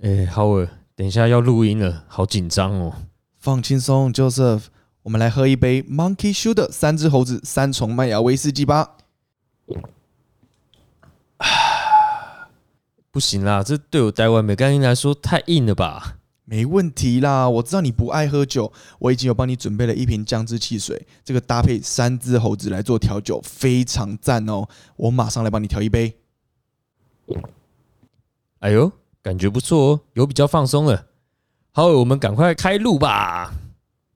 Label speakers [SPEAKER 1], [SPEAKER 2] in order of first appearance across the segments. [SPEAKER 1] 哎、h o w a r d 等一下要录音了，好紧张哦。
[SPEAKER 2] 放轻松，Joseph，我们来喝一杯 Monkey Shoulder 三只猴子三重麦芽威士忌吧。
[SPEAKER 1] 不行啦，这对我台湾美干音来说太硬了吧？
[SPEAKER 2] 没问题啦，我知道你不爱喝酒，我已经有帮你准备了一瓶姜汁汽水，这个搭配三只猴子来做调酒，非常赞哦。我马上来帮你调一杯。
[SPEAKER 1] 哎呦，感觉不错哦，有比较放松了。好，我们赶快开录吧。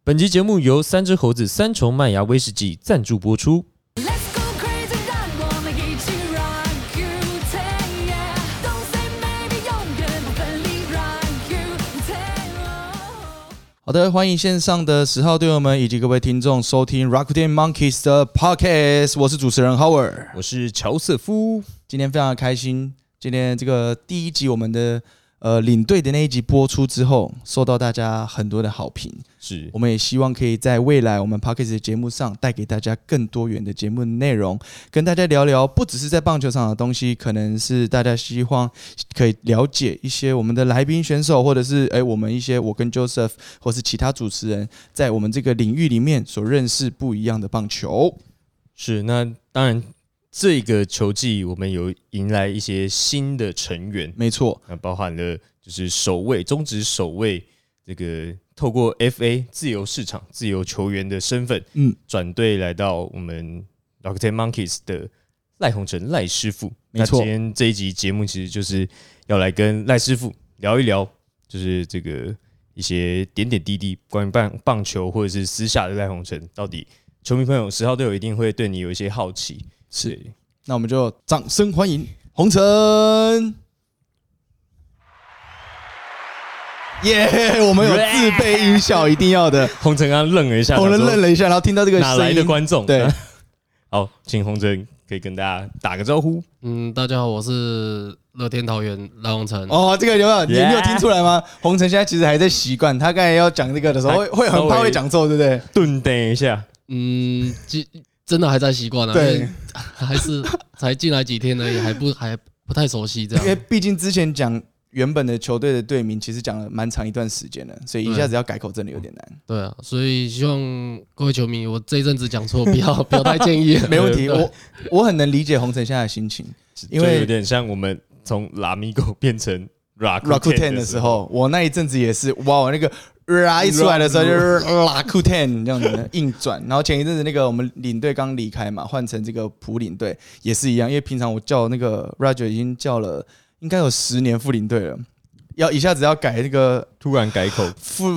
[SPEAKER 1] 本集节目由三只猴子三重麦芽威士忌赞助播出。
[SPEAKER 3] Let's go crazy，让我们一起 rock you take yeah。Don't say maybe，永远不分离，rock you take。
[SPEAKER 2] 好的，欢迎线上的十号队友们以及各位听众收听 Rakuten Monkeys 的 Podcast，我是主持人 Howard。
[SPEAKER 1] 我是乔瑟夫。
[SPEAKER 2] 今天非常开心，今天这个第一集我们的呃领队的那一集播出之后，受到大家很多的好评。
[SPEAKER 1] 是
[SPEAKER 2] 我们也希望可以在未来我们 p o c k e t 的节目上带给大家更多元的节目内容，跟大家聊聊不只是在棒球场的东西，可能是大家希望可以了解一些我们的来宾选手，或者是诶、哎我们一些我跟 Joseph 或是其他主持人在我们这个领域里面所认识不一样的棒球。
[SPEAKER 1] 是，那当然，这个球季我们有迎来一些新的成员，
[SPEAKER 2] 没错，
[SPEAKER 1] 那包含了就是守卫、中职守卫这个透过 FA 自由市场、自由球员的身份，
[SPEAKER 2] 嗯，
[SPEAKER 1] 转队来到我们 r o c k e t Monkeys 的赖鸿成赖师傅。
[SPEAKER 2] 没错
[SPEAKER 1] 那今天这一集节目其实就是要来跟赖师傅聊一聊，就是这个一些点点滴滴关于棒棒球或者是私下的赖鸿成，到底球迷朋友十号队友一定会对你有一些好奇。
[SPEAKER 2] 是
[SPEAKER 1] 对，
[SPEAKER 2] 那我们就掌声欢迎红尘。耶、我们有自备音效，一定要的。
[SPEAKER 1] 鸿成刚刚愣了一下，
[SPEAKER 2] 红人
[SPEAKER 1] 想说
[SPEAKER 2] 愣了一下，然后听到这个
[SPEAKER 1] 哪来
[SPEAKER 2] 声
[SPEAKER 1] 的
[SPEAKER 2] 音，
[SPEAKER 1] 观众？
[SPEAKER 2] 对，
[SPEAKER 1] 好，请洪真可以跟大家打个招呼。
[SPEAKER 4] 嗯，大家好，我是乐天桃园赖鸿成。
[SPEAKER 2] 哦，这个有没有？你
[SPEAKER 1] Yeah
[SPEAKER 2] 你有听出来吗？红尘现在其实还在习惯，他刚才要讲这个的时候，
[SPEAKER 1] 还
[SPEAKER 2] 会会
[SPEAKER 1] 稍
[SPEAKER 2] 很
[SPEAKER 1] 微
[SPEAKER 2] 怕会讲错，对不对？
[SPEAKER 1] 顿等一下，
[SPEAKER 4] 嗯，其真的还在习惯啊，
[SPEAKER 2] 对
[SPEAKER 4] 因为还是才进来几天而已，还不 还不太熟悉这
[SPEAKER 2] 因为
[SPEAKER 4] 样。
[SPEAKER 2] 毕竟之前讲原本的球队的队名，其实讲了蛮长一段时间了，所以一下子要改口真的有点
[SPEAKER 1] 嗯
[SPEAKER 2] 难。
[SPEAKER 4] 对啊，所以希望各位球迷，我这一阵子讲错，不要 不要太介意。
[SPEAKER 2] 没 问题，
[SPEAKER 4] 对
[SPEAKER 2] 我我很能理解红尘现在的心情。 因为
[SPEAKER 1] 就有点像我们从拉米狗变成
[SPEAKER 2] Rakuten
[SPEAKER 1] Rakuten
[SPEAKER 2] 的
[SPEAKER 1] 的
[SPEAKER 2] 时
[SPEAKER 1] 时
[SPEAKER 2] 候，我那一阵子也是，哇，那个 ra 一出来的时候就是 Rakuten 这样子硬转。然后前一阵子那个我们领队刚离开嘛，换成这个普领队也是一样，因为平常我叫那个 Roger 已经叫了应该有十年副领队了，要一下子要改那个
[SPEAKER 1] 突然改口。
[SPEAKER 2] 副、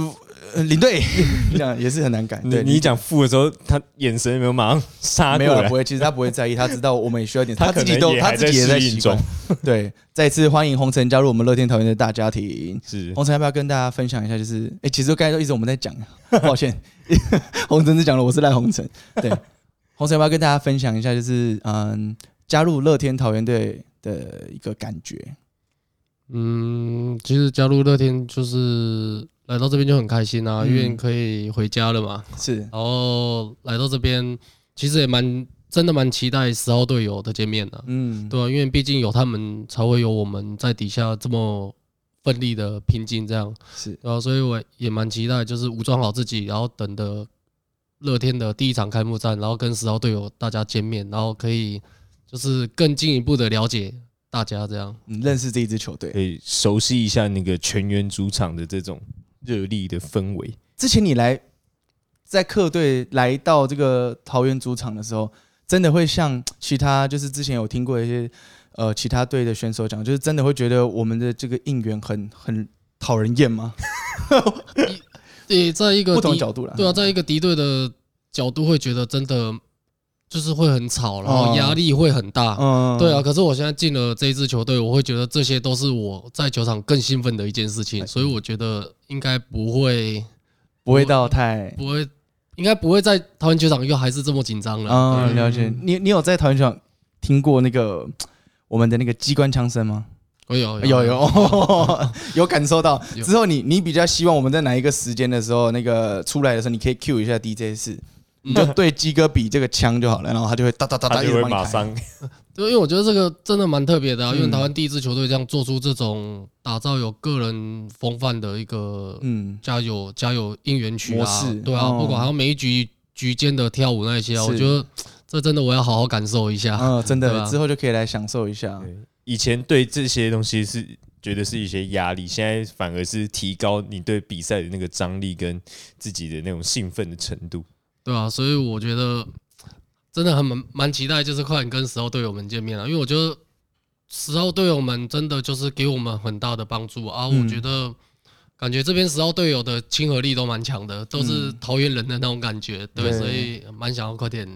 [SPEAKER 2] 呃领队， 这样也是很难改。
[SPEAKER 1] 你
[SPEAKER 2] 对，
[SPEAKER 1] 你讲负的时候，他眼神有没有马上杀
[SPEAKER 2] 没
[SPEAKER 1] 过
[SPEAKER 2] 有了，
[SPEAKER 1] 来
[SPEAKER 2] 不？会，其实他不会在意，他知道我们也需 要一点，
[SPEAKER 1] 他
[SPEAKER 2] 自己
[SPEAKER 1] 可能
[SPEAKER 2] 都
[SPEAKER 1] 也
[SPEAKER 2] 他
[SPEAKER 1] 还
[SPEAKER 2] 自己也
[SPEAKER 1] 在
[SPEAKER 2] 在
[SPEAKER 1] 适应
[SPEAKER 2] 习惯。对，再次欢迎红尘加入我们乐天桃园的大家庭。
[SPEAKER 1] 是
[SPEAKER 2] 红尘要不要跟大家分享一下？就是，哎、其实刚才都一直我们在讲，抱歉， 红尘只讲了我是赖红尘。对，红尘要不要跟大家分享一下？就是，嗯，加入乐天桃园队的一个感觉。
[SPEAKER 4] 嗯，其实加入乐天就是来到这边就很开心啊，
[SPEAKER 2] 嗯
[SPEAKER 4] 因为可以回家了嘛。
[SPEAKER 2] 是，
[SPEAKER 4] 然后来到这边，其实也蛮真的蛮期待十号队友的见面的、
[SPEAKER 2] 嗯，
[SPEAKER 4] 对啊，因为毕竟有他们，才会有我们在底下这么奋力的拼劲，这样
[SPEAKER 2] 是，
[SPEAKER 4] 对啊，所以我也蛮期待，就是武装好自己，然后等的乐天的第一场开幕战，然后跟十号队友大家见面，然后可以就是更进一步的了解大家这样。
[SPEAKER 2] 嗯，认识这一支球队
[SPEAKER 1] 可。以熟悉一下那个全员主场的这种热力的氛围。
[SPEAKER 2] 之前你来在客队来到这个桃园主场的时候，真的会像其他就是之前有听过一些呃其他队的选手讲，就是真的会觉得我们的这个应援很很讨人厌吗？
[SPEAKER 4] 对，在一个
[SPEAKER 2] 不同
[SPEAKER 4] 敌
[SPEAKER 2] 角度啦，嗯
[SPEAKER 4] 对啊，在一个敌对的角度会觉得真的就是会很吵，然
[SPEAKER 2] 哦
[SPEAKER 4] 后压力会很大。
[SPEAKER 2] 嗯
[SPEAKER 4] 对啊，，可是我现在进了这一支球队，我会觉得这些都是我在球场更兴奋的一件事
[SPEAKER 2] 哎
[SPEAKER 4] 情，所以我觉得应该不会
[SPEAKER 2] 不会到太
[SPEAKER 4] 不会，应该不会在桃园球场又还是这么紧张了。
[SPEAKER 2] 嗯
[SPEAKER 4] 对
[SPEAKER 2] 了解。你你有在桃园球场听过那个我们的那个机关枪声吗？
[SPEAKER 4] 我哦有啊
[SPEAKER 2] 有有 有感受到。
[SPEAKER 4] 有
[SPEAKER 2] 之后你你比较希望我们在哪一个时间的时候，那个出来的时候，你可以 cue 一下
[SPEAKER 4] 嗯
[SPEAKER 2] DJ 是，你就对鸡哥比这个枪就好了，然后他就会哒哒哒哒
[SPEAKER 1] 他
[SPEAKER 2] 一
[SPEAKER 1] 就
[SPEAKER 2] 直
[SPEAKER 1] 会
[SPEAKER 2] 帮你
[SPEAKER 1] 马
[SPEAKER 2] 开。
[SPEAKER 1] 上
[SPEAKER 4] 对，因为我觉得这个真的蛮特别的啊，因为
[SPEAKER 2] 嗯
[SPEAKER 4] 台湾第一支球队这样做出这种打造有个人风范的一个
[SPEAKER 2] 嗯，
[SPEAKER 4] 加油加油应援曲
[SPEAKER 2] 模
[SPEAKER 4] 啊
[SPEAKER 2] 式，
[SPEAKER 4] 对啊，
[SPEAKER 2] 哦
[SPEAKER 4] 不管还有每一局局间的跳舞那些啊，
[SPEAKER 2] 是
[SPEAKER 4] 我觉得这真的我要好好感受一下。
[SPEAKER 2] 啊，真
[SPEAKER 4] 对
[SPEAKER 2] 的，
[SPEAKER 4] 啊
[SPEAKER 2] 之后就可以来享受一下。
[SPEAKER 1] 对以前对这些东西是觉得是一些压力，现在反而是提高你对比赛的那个张力跟自己的那种兴奋的程度。
[SPEAKER 4] 对啊，所以我觉得真的很蛮蛮期待，就是快点跟十号队友们见面了，因为我觉得十号队友们真的就是给我们很大的帮助啊。
[SPEAKER 2] 嗯
[SPEAKER 4] 我觉得感觉这边十号队友的亲和力都蛮强的，都是
[SPEAKER 2] 嗯
[SPEAKER 4] 桃园人的那种感觉，对，
[SPEAKER 2] 对
[SPEAKER 4] 所以蛮想要快点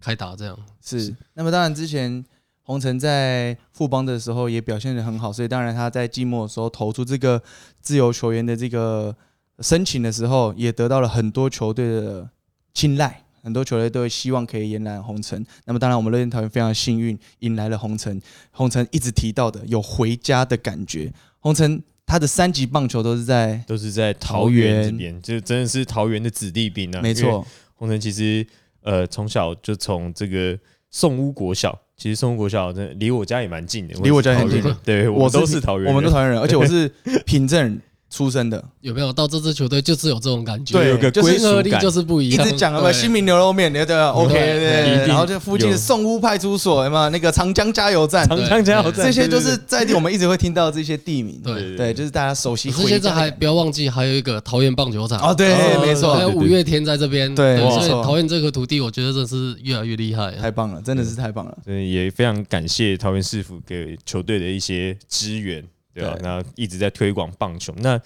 [SPEAKER 4] 开打这样。
[SPEAKER 2] 是，那么当然之前洪城在富邦的时候也表现得很好，所以当然他在季末的时候投出这个自由球员的这个申请的时候，也得到了很多球队的青睐。很多球队都会希望可以延揽红城，那么当然我们乐天桃园非常幸运，迎来了红城。红城一直提到的有回家的感觉，红城他的三级棒球都是在，
[SPEAKER 1] 都是在
[SPEAKER 2] 桃
[SPEAKER 1] 桃园
[SPEAKER 2] 园
[SPEAKER 1] 这边，就真的是桃园的子弟兵啊。
[SPEAKER 2] 没
[SPEAKER 1] 因为
[SPEAKER 2] 错，
[SPEAKER 1] 洪城其实呃从小就从这个宋屋国小，其实宋屋国小真的离我家也蛮近的，
[SPEAKER 2] 离我家也
[SPEAKER 1] 也
[SPEAKER 2] 很近，
[SPEAKER 1] 对 我
[SPEAKER 2] 我
[SPEAKER 1] 们都是桃园人，
[SPEAKER 2] 我们都桃园人，而且我是平镇出生的，
[SPEAKER 4] 有没有到这支球队就是有这种感觉？
[SPEAKER 1] 对有个
[SPEAKER 2] 就是
[SPEAKER 1] 归
[SPEAKER 4] 亲和
[SPEAKER 1] 属
[SPEAKER 4] 力
[SPEAKER 1] 感，
[SPEAKER 4] 就是不
[SPEAKER 2] 一
[SPEAKER 4] 一样。
[SPEAKER 2] 直讲了嘛，
[SPEAKER 4] 对
[SPEAKER 2] 新民牛肉面，对对对，OK，
[SPEAKER 1] 一
[SPEAKER 2] 对
[SPEAKER 4] 对
[SPEAKER 2] 对对，
[SPEAKER 1] 定
[SPEAKER 2] 然后这附近的
[SPEAKER 1] 有
[SPEAKER 2] 宋屋派出所，有没有那个长江加油 站，
[SPEAKER 1] 长江加油站
[SPEAKER 2] 这些都是
[SPEAKER 1] 对
[SPEAKER 2] 在地我们一直会听到这些地名，
[SPEAKER 4] 对
[SPEAKER 2] 对，就是大家熟悉
[SPEAKER 4] 可
[SPEAKER 2] 回
[SPEAKER 4] 是
[SPEAKER 2] 家的
[SPEAKER 4] 现在还
[SPEAKER 2] 感觉。
[SPEAKER 4] 不要忘记，还有一个桃园棒球场
[SPEAKER 2] 哦，对，没
[SPEAKER 4] 还有
[SPEAKER 2] 错，
[SPEAKER 1] 对对
[SPEAKER 4] 五月天在这边，
[SPEAKER 2] 对没
[SPEAKER 4] 所以
[SPEAKER 2] 错
[SPEAKER 4] 桃园这个土地，我觉得真的是越来越厉害。啊
[SPEAKER 2] 太棒了，真的是太棒了。
[SPEAKER 1] 所以也非常感谢桃园市府给球队的一些支援，对吧、
[SPEAKER 2] 对
[SPEAKER 1] 那一直在推广棒球，那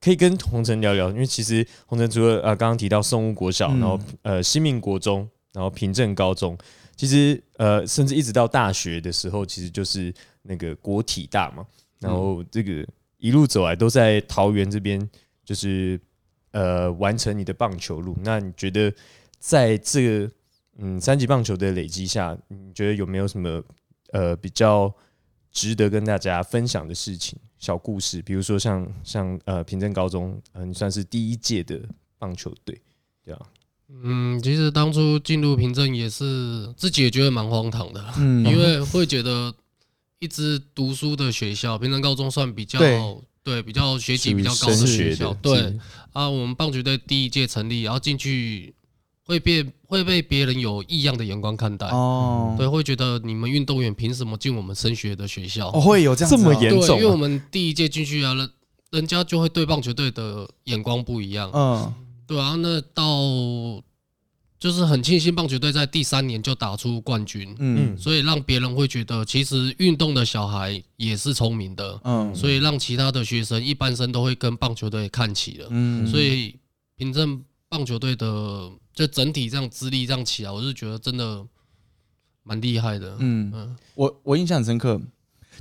[SPEAKER 1] 可以跟洪城聊聊，因为其实洪城除了呃刚刚提到宋屋国小，
[SPEAKER 2] 嗯
[SPEAKER 1] 然后呃新民国中，然后平镇高中，其实呃甚至一直到大学的时候，其实就是那个国体大嘛，然
[SPEAKER 2] 嗯
[SPEAKER 1] 后这个一路走来都在桃园这边，就是呃完成你的棒球路。那你觉得在这个嗯三级棒球的累积下，你觉得有没有什么呃比较值得跟大家分享的事情、小故事？比如说像像呃平镇高中，嗯、你算是第一届的棒球队，对啊，
[SPEAKER 4] 嗯，其实当初进入凭证也是自己也觉得蛮荒唐的，
[SPEAKER 2] 嗯，
[SPEAKER 4] 因为会觉得一直读书的学校，平镇高中算比较
[SPEAKER 2] 对
[SPEAKER 4] 对比较学
[SPEAKER 1] 属
[SPEAKER 4] 籍
[SPEAKER 1] 于
[SPEAKER 4] 比较高
[SPEAKER 1] 升
[SPEAKER 4] 学
[SPEAKER 1] 学
[SPEAKER 4] 校
[SPEAKER 1] 的，，
[SPEAKER 4] 对
[SPEAKER 1] 是，
[SPEAKER 4] 啊，我们棒球队第一届成立，然后进去会被会被别人有异样的眼光看待，
[SPEAKER 2] 哦，
[SPEAKER 4] 对，会觉得你们运动员凭什么进我们升学的学校？
[SPEAKER 2] 哦，会有这样子
[SPEAKER 1] 这么
[SPEAKER 2] 哦
[SPEAKER 1] 严
[SPEAKER 4] 对，
[SPEAKER 1] 重
[SPEAKER 4] 因为
[SPEAKER 1] 啊
[SPEAKER 4] 我们第一届进去啊，人人家就会对棒球队的眼光不一样，
[SPEAKER 2] 嗯，
[SPEAKER 4] 对啊，那到就是很庆幸棒球队在第三年就打出冠军，
[SPEAKER 2] 嗯
[SPEAKER 1] 嗯
[SPEAKER 4] 所以让别人会觉得其实运动的小孩也是聪明的，
[SPEAKER 2] 嗯
[SPEAKER 4] 所以让其他的学生一般生都会跟棒球队看齐了，
[SPEAKER 2] 嗯
[SPEAKER 4] 所以凭证棒球队的就整体这样资历这样起来，我是觉得真的蛮厉害的，
[SPEAKER 2] 嗯，
[SPEAKER 4] 嗯，
[SPEAKER 2] 我我印象很深刻。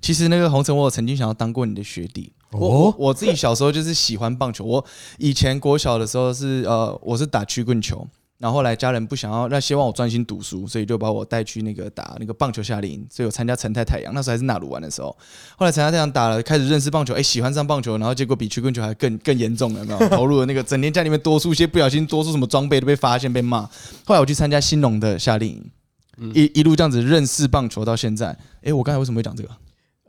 [SPEAKER 2] 其实那个洪城，我有曾经想要当过你的学弟。我
[SPEAKER 1] 哦
[SPEAKER 2] 我我自己小时候就是喜欢棒球。我以前国小的时候是呃，我是打曲棍球，然后后来家人不想要，那希望我专心读书，所以就把我带去那个打那个棒球夏令营。所以我参加成泰太阳，那时候还是纳鲁湾的时候。后来成泰太阳打了，开始认识棒球，哎，喜欢上棒球，然后结果比曲棍球还更更严重了，有没有？投入了那个整天家里面多出一些不小心多出什么装备都被发现被骂。后来我去参加兴农的夏令营。
[SPEAKER 1] 嗯
[SPEAKER 2] 一一路这样子认识棒球到现在，哎，我刚才为什么会讲这个？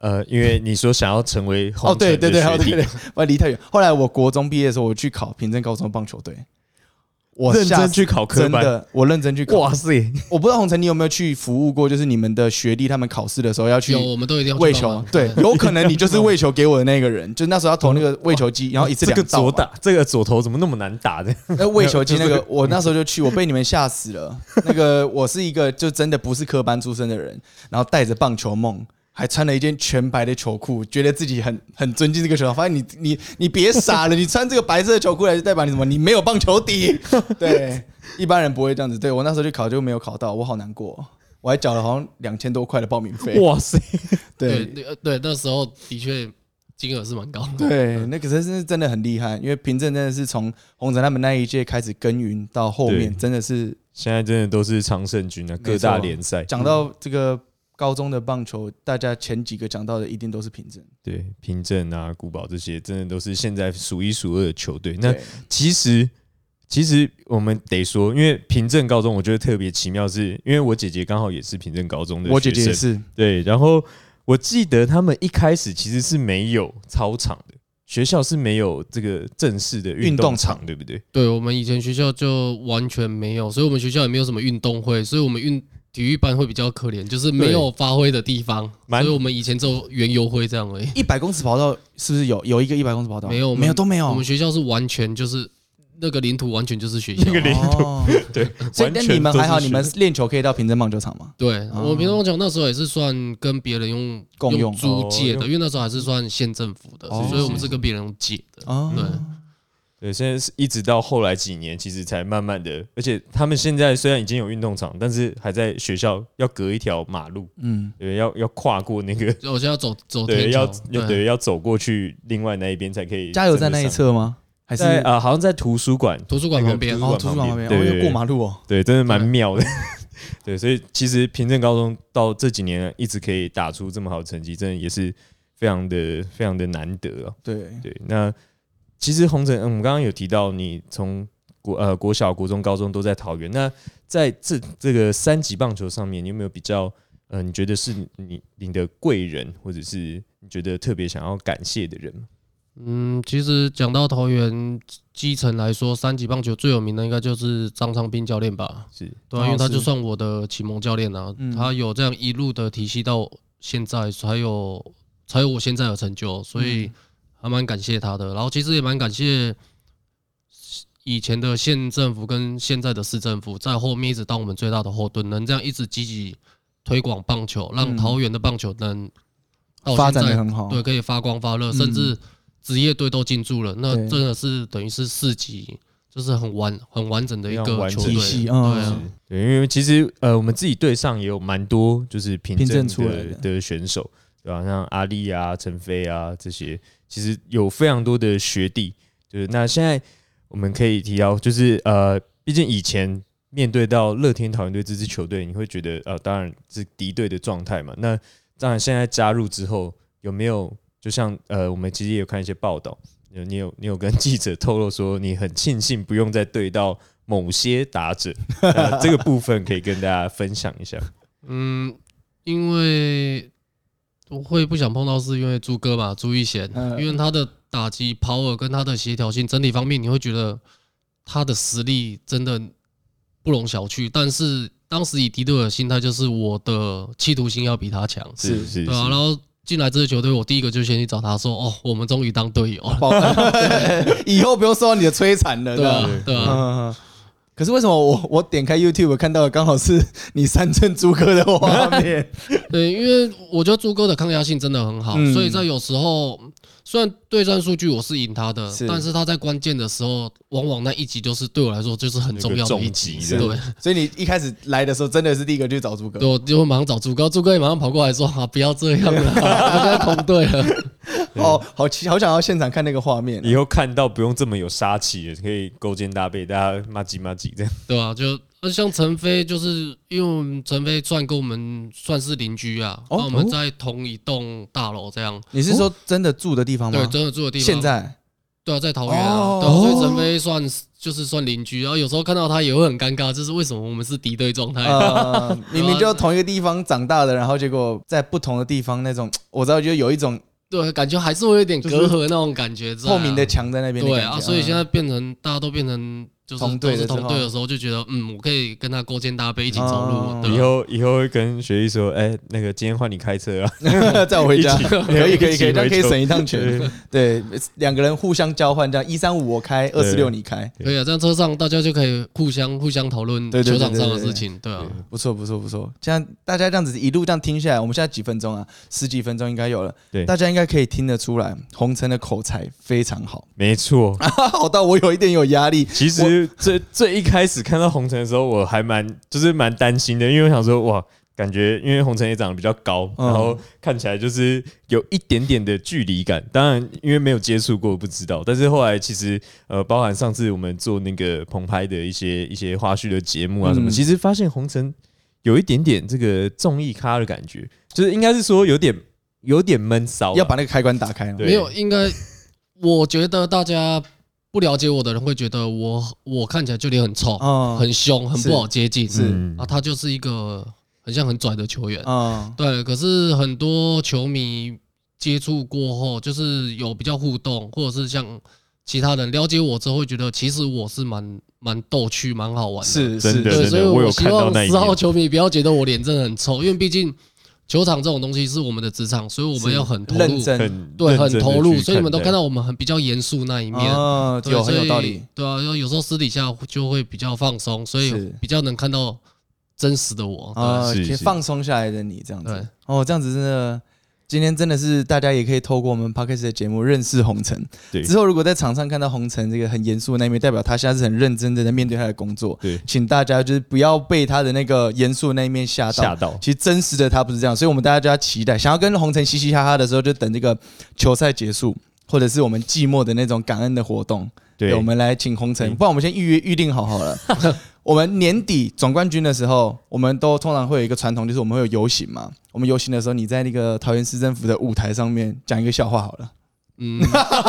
[SPEAKER 1] 呃，因为你说想要成为
[SPEAKER 2] 哦，
[SPEAKER 1] 红
[SPEAKER 2] 对
[SPEAKER 1] 尘
[SPEAKER 2] 对
[SPEAKER 1] 的
[SPEAKER 2] 对，
[SPEAKER 1] 学
[SPEAKER 2] 哦对
[SPEAKER 1] 弟
[SPEAKER 2] 对，我离太远。后来我国中毕业的时候，我去考平镇高中棒球队，我
[SPEAKER 1] 认
[SPEAKER 2] 下
[SPEAKER 1] 真去考科
[SPEAKER 2] 真
[SPEAKER 1] 班，
[SPEAKER 2] 的，我认真去考
[SPEAKER 1] 哇。塞，
[SPEAKER 2] 我不知道洪晨你有没有去服务过，就是你们的学弟他们考试的时候要去
[SPEAKER 4] 有我们都一定要去
[SPEAKER 2] 喂
[SPEAKER 4] 帮
[SPEAKER 2] 球啊
[SPEAKER 4] 忙，
[SPEAKER 2] 对，有可能 你就是喂球给我的那个人，就那时候要投那个喂球机，然后一
[SPEAKER 1] 嗯
[SPEAKER 2] 次
[SPEAKER 1] 这个
[SPEAKER 2] 两道啊
[SPEAKER 1] 左
[SPEAKER 2] 嘛。
[SPEAKER 1] 打，这个左头怎么那么难打的？
[SPEAKER 2] 那喂球机那个，我那时候就去，我被你们吓死了。那个我是一个就真的不是科班出身的人，然后带着棒球梦，还穿了一件全白的球裤，觉得自己很很尊敬这个球场。发现你你你别傻了，你穿这个白色的球裤来就代表你什么？你没有棒球底。对，一般人不会这样子。对我那时候去考就没有考到，我好难过。我还缴了好像两千多块的报名费。
[SPEAKER 1] 哇塞，
[SPEAKER 4] 对
[SPEAKER 2] 对
[SPEAKER 4] 对对，那时候的确金额是蛮高的，
[SPEAKER 2] 对，那可是是真的很厉害，因为凭证真的是从洪城他们那一届开始耕耘到后面，
[SPEAKER 1] 对
[SPEAKER 2] 真的是
[SPEAKER 1] 现在真的都是常胜军啊，各大联赛。
[SPEAKER 2] 讲到这个高中的棒球，大家前几个讲到的一定都是平证。
[SPEAKER 1] 对平镇啊、古堡这些，真的都是现在数一数二的球队。那
[SPEAKER 2] 对
[SPEAKER 1] 其实其实我们得说，因为平镇高中我觉得特别奇妙是，因为我姐姐刚好也是平镇高中的，
[SPEAKER 2] 我姐姐也，是，
[SPEAKER 1] 对。然后我记得他们一开始其实是没有操场的，学校是没有这个正式的运
[SPEAKER 2] 运动
[SPEAKER 1] 动
[SPEAKER 2] 场
[SPEAKER 1] 场，对不对？
[SPEAKER 4] 对我们以前学校就完全没有，所以我们学校也没有什么运动会，所以我们运体育班会比较可怜，就是没有发挥的地方，
[SPEAKER 1] 蛮
[SPEAKER 4] 所以我们以前只有园游会这样 而已。
[SPEAKER 2] 一百公尺跑道是不是有有一个一百公尺跑道？
[SPEAKER 4] 没有我们
[SPEAKER 2] 没有都没
[SPEAKER 1] 哦
[SPEAKER 2] 有。
[SPEAKER 4] 我们学校是完全就是那个领土，完全就是学校。
[SPEAKER 1] 那个领
[SPEAKER 2] 哦，
[SPEAKER 1] 对，
[SPEAKER 2] 所以
[SPEAKER 1] 完
[SPEAKER 2] 那
[SPEAKER 1] 全
[SPEAKER 2] 你们
[SPEAKER 1] 都是
[SPEAKER 2] 还好，
[SPEAKER 1] 学
[SPEAKER 2] 你们练球可以到平镇棒球场吗？
[SPEAKER 4] 对，我平东球那时候也是算跟别人用
[SPEAKER 2] 共用
[SPEAKER 4] 租借
[SPEAKER 1] 哦哦
[SPEAKER 4] 的，因为那时候还是算县政府的，
[SPEAKER 2] 哦
[SPEAKER 4] 所以我们是跟别人用借的。
[SPEAKER 2] 哦，
[SPEAKER 4] 对，
[SPEAKER 1] 对，现在是一直到后来几年，其实才慢慢的，而且他们现在虽然已经有运动场，但是还在学校要隔一条马路，
[SPEAKER 2] 嗯，
[SPEAKER 1] 对，要要跨过那个，
[SPEAKER 4] 所以我现在要走走
[SPEAKER 1] 对，
[SPEAKER 4] 天
[SPEAKER 1] 要
[SPEAKER 4] 桥，
[SPEAKER 1] 要对要走过去另外那一边才可以。
[SPEAKER 2] 加油站那一，侧吗？还是
[SPEAKER 1] 在啊、好像在图书馆，
[SPEAKER 4] 图书馆
[SPEAKER 1] 那个
[SPEAKER 4] 旁边
[SPEAKER 1] 图。
[SPEAKER 2] 哦，
[SPEAKER 1] 图
[SPEAKER 2] 图
[SPEAKER 1] 书
[SPEAKER 2] 书
[SPEAKER 1] 馆旁
[SPEAKER 2] 馆旁
[SPEAKER 1] 边
[SPEAKER 2] 边，
[SPEAKER 1] 对
[SPEAKER 2] 哦，
[SPEAKER 1] 对对
[SPEAKER 2] 要过马路哦。
[SPEAKER 1] 对，真的蛮妙的。 对，所以其实平镇高中到这几年一直可以打出这么好的成绩，真的也是非常的非常的难得啊。
[SPEAKER 2] 对，
[SPEAKER 1] 对，那其实红尘，嗯，我们刚刚有提到你从国呃国小、国中、高中都在桃园，那在这这个三级棒球上面，你有没有比较呃，你觉得是你你的贵人，或者是你觉得特别想要感谢的人吗？
[SPEAKER 4] 嗯，其实讲到桃园基层来说，三级棒球最有名的应该就是张昌斌教练吧？
[SPEAKER 1] 是
[SPEAKER 4] 对、
[SPEAKER 2] 哦
[SPEAKER 4] 啊，因为他
[SPEAKER 2] 是
[SPEAKER 4] 就算我的启蒙教练啊，
[SPEAKER 2] 嗯
[SPEAKER 4] 他有这样一路的体系到现在，才有才有我现在的成就，所
[SPEAKER 2] 嗯
[SPEAKER 4] 以还蛮感谢他的。然后其实也蛮感谢以前的县政府跟现在的市政府，在后面一直当我们最大的后盾，能这样一直积极推广棒球，让
[SPEAKER 2] 嗯
[SPEAKER 4] 桃园的棒球能到
[SPEAKER 2] 发
[SPEAKER 4] 哦现
[SPEAKER 2] 展
[SPEAKER 4] 在
[SPEAKER 2] 的很好。
[SPEAKER 4] 对，可以发光发热，
[SPEAKER 2] 哦嗯
[SPEAKER 4] 甚至职业队都进驻了，那
[SPEAKER 2] 对
[SPEAKER 4] 真的是等于是四级，就是很完很完整的一
[SPEAKER 1] 非常
[SPEAKER 4] 个
[SPEAKER 1] 完
[SPEAKER 4] 球
[SPEAKER 1] 整
[SPEAKER 4] 队
[SPEAKER 2] 体系
[SPEAKER 4] 对
[SPEAKER 2] 嗯
[SPEAKER 4] 啊，
[SPEAKER 1] 哦对，因为其实呃，我们自己队上也有蛮多就是凭
[SPEAKER 2] 凭
[SPEAKER 1] 证
[SPEAKER 2] 证出来
[SPEAKER 1] 的
[SPEAKER 2] 的
[SPEAKER 1] 的选手，对吧、像阿丽啊、陈飞啊这些，其实有非常多的学弟。就是那现在我们可以提到，就是呃，毕竟以前面对到乐天桃园队这支球队，你会觉得呃，当然是敌对的状态嘛。那当然现在加入之后，有没有就像呃，我们其实也有看一些报道。有你有你有跟记者透露说，你很庆幸不用再对到某些打者，呃这个部分可以跟大家分享一下。
[SPEAKER 4] 嗯，因为我会不想碰到是因为朱哥嘛，朱一贤，
[SPEAKER 2] 嗯
[SPEAKER 4] 因为他的打击 power 跟他的协调性整体方面，你会觉得他的实力真的不容小觑。但是当时以敌对的心态，就是我的企图心要比他强，
[SPEAKER 1] 是是是，
[SPEAKER 4] 对啊。然后进来这支球队，我第一个就先去找他说：“哦，我们终于当队友了。”
[SPEAKER 2] 报以后不用受到你的摧残了。
[SPEAKER 4] 对
[SPEAKER 2] 这
[SPEAKER 4] 啊
[SPEAKER 2] 样，
[SPEAKER 4] 对啊，
[SPEAKER 2] 嗯。可是为什么我我点开 YouTube 看到的刚好是你三寸猪哥的画面？
[SPEAKER 4] 对，因为我觉得朱哥的抗压性真的很好，
[SPEAKER 2] 嗯
[SPEAKER 4] 所以在有时候虽然对战数据我是赢他的，
[SPEAKER 2] 是
[SPEAKER 4] 但是他在关键的时候，往往那一集就是对我来说就是很重要的一集
[SPEAKER 1] 那个重，击
[SPEAKER 4] 对
[SPEAKER 1] 的
[SPEAKER 4] 对，
[SPEAKER 2] 所以你一开始来的时候真的是第一个去找猪哥
[SPEAKER 4] 对，我就会马上找朱哥，朱哥也马上跑过来说：“啊，不要这样了，我们在同队了。
[SPEAKER 2] 哦，好奇好想要现场看那个画面。啊
[SPEAKER 1] 以后看到不用这么有杀气了，可以勾肩搭背，大家骂唧骂唧这样。”
[SPEAKER 4] 对啊，就那像陈飞，就是因为我们陈飞算跟我们算是邻居啊，
[SPEAKER 2] 哦
[SPEAKER 4] 那我们在同一栋大楼这样，
[SPEAKER 2] 你是说真的住的地方吗？
[SPEAKER 4] 对，真的住的地方。
[SPEAKER 2] 现在
[SPEAKER 4] 对啊，在桃园啊，
[SPEAKER 2] 哦
[SPEAKER 4] 对啊，所以陈飞算是就是算邻居，然后有时候看到他也会很尴尬，就是为什么我们是敌对状态？
[SPEAKER 2] 呃，明明就同一个地方长大的，然后结果在不同的地方那种，我知道就有一种
[SPEAKER 4] 对，感觉还是会有点隔阂那种感觉在啊、
[SPEAKER 2] 透明的墙在那边的
[SPEAKER 4] 对
[SPEAKER 2] 感觉
[SPEAKER 4] 啊，所以现在变成大家都变成就是
[SPEAKER 2] 同队
[SPEAKER 4] 都
[SPEAKER 2] 的
[SPEAKER 4] 是
[SPEAKER 2] 时候
[SPEAKER 4] 同队的时候，就觉得嗯，我可以跟他勾肩搭背一起走
[SPEAKER 2] 哦
[SPEAKER 4] 路，对
[SPEAKER 1] 以
[SPEAKER 4] 啊、
[SPEAKER 1] 后以后会跟学弟说，哎、那个今天换你开车啊，
[SPEAKER 2] 嗯载我回家，
[SPEAKER 1] 一起
[SPEAKER 2] 可以可以可以，这样可以省一趟
[SPEAKER 1] 对
[SPEAKER 2] 钱。对，两个人互相交换，这样一三五我开，二四六你开，
[SPEAKER 4] 可以啊，这样车上大家就可以互相互相讨论
[SPEAKER 2] 对对对
[SPEAKER 4] 球场上
[SPEAKER 2] 对
[SPEAKER 4] 的
[SPEAKER 2] 对
[SPEAKER 4] 事情，对啊，
[SPEAKER 2] 不错不错不错。这样大家这样子一路这样听下来，我们现在几分钟啊？十几分钟应该有了。
[SPEAKER 1] 对
[SPEAKER 2] 大家应该可以听得出来，洪晨的口才非常 好，
[SPEAKER 1] 没错。
[SPEAKER 2] 啊好到我有一点有压力。
[SPEAKER 1] 其实最最一开始看到红尘的时候，我还蛮就是蛮担心的，因为我想说哇，感觉因为红尘也长得比较高，
[SPEAKER 2] 嗯
[SPEAKER 1] 然后看起来就是有一点点的距离感。当然，因为没有接触过不知道，但是后来其实呃，包含上次我们做那个棚拍的一些一些花絮的节目啊什么，
[SPEAKER 2] 嗯
[SPEAKER 1] 其实发现红尘有一点点这个综艺咖的感觉，就是应该是说有点有点闷骚啊，
[SPEAKER 2] 要把那个开关打开了。
[SPEAKER 1] 对
[SPEAKER 4] 没有，应该我觉得大家不了解我的人会觉得我我看起来就脸很臭、
[SPEAKER 2] 嗯
[SPEAKER 4] 很凶、很
[SPEAKER 2] 是
[SPEAKER 4] 不好接近。
[SPEAKER 2] 是
[SPEAKER 1] 嗯
[SPEAKER 4] 啊，他就是一个很像很拽的球员。
[SPEAKER 2] 嗯
[SPEAKER 4] 对，可是很多球迷接触过后，就是有比较互动，或者是像其他人了解我之后，会觉得其实我是蛮蛮逗趣、蛮好玩的。
[SPEAKER 2] 是
[SPEAKER 1] 真
[SPEAKER 2] 是
[SPEAKER 1] 的
[SPEAKER 4] 对，
[SPEAKER 1] 真
[SPEAKER 4] 所以
[SPEAKER 1] 我有
[SPEAKER 4] 希
[SPEAKER 1] 看到
[SPEAKER 4] 望
[SPEAKER 1] 那一
[SPEAKER 4] 四号
[SPEAKER 1] 面
[SPEAKER 4] 球迷不要觉得我脸真的很臭，因为毕竟球场这种东西是我们的职场，所以我们要很投
[SPEAKER 2] 认
[SPEAKER 4] 入，
[SPEAKER 2] 真
[SPEAKER 1] 很
[SPEAKER 4] 对，很
[SPEAKER 1] 认真地
[SPEAKER 4] 投入，
[SPEAKER 1] 去啊
[SPEAKER 4] 所以你们都
[SPEAKER 1] 待
[SPEAKER 4] 看到我们很比较严肃那一面。
[SPEAKER 2] 哦，
[SPEAKER 4] 对
[SPEAKER 2] 有很有
[SPEAKER 4] 所以
[SPEAKER 2] 道理，
[SPEAKER 4] 对啊，有有时候私底下就会比较放松，所以
[SPEAKER 2] 是
[SPEAKER 4] 比较能看到真实的我。对
[SPEAKER 2] 啊，
[SPEAKER 1] 是
[SPEAKER 2] 可以
[SPEAKER 1] 是
[SPEAKER 2] 放松下来的你这样子
[SPEAKER 4] 对，
[SPEAKER 2] 哦，这样子真的，今天真的是大家也可以透过我们 podcast 的节目认识红尘。
[SPEAKER 1] 对
[SPEAKER 2] 之后如果在场上看到红尘这个很严肃的那一面，代表他现在是很认真的在面对他的工作。
[SPEAKER 1] 对
[SPEAKER 2] 请大家就是不要被他的那个严肃的那一面
[SPEAKER 4] 啊
[SPEAKER 2] 吓到
[SPEAKER 1] 吓。到，
[SPEAKER 2] 其实真实的他不是这样，所以我们大家就要期待，想要跟红尘嘻嘻哈哈的时候，就等这个球赛结束，或者是我们季末的那种感恩的活动，
[SPEAKER 1] 对，
[SPEAKER 2] 我们来请红 尘，
[SPEAKER 1] 嗯
[SPEAKER 2] 不然我们先预约预定好好了。我们年底总冠军的时候，我们都通常会有一个传统，就是我们会有游行嘛。我们游行的时候，你在那个桃园市政府的舞台上面讲一个笑话好了。
[SPEAKER 4] 嗯，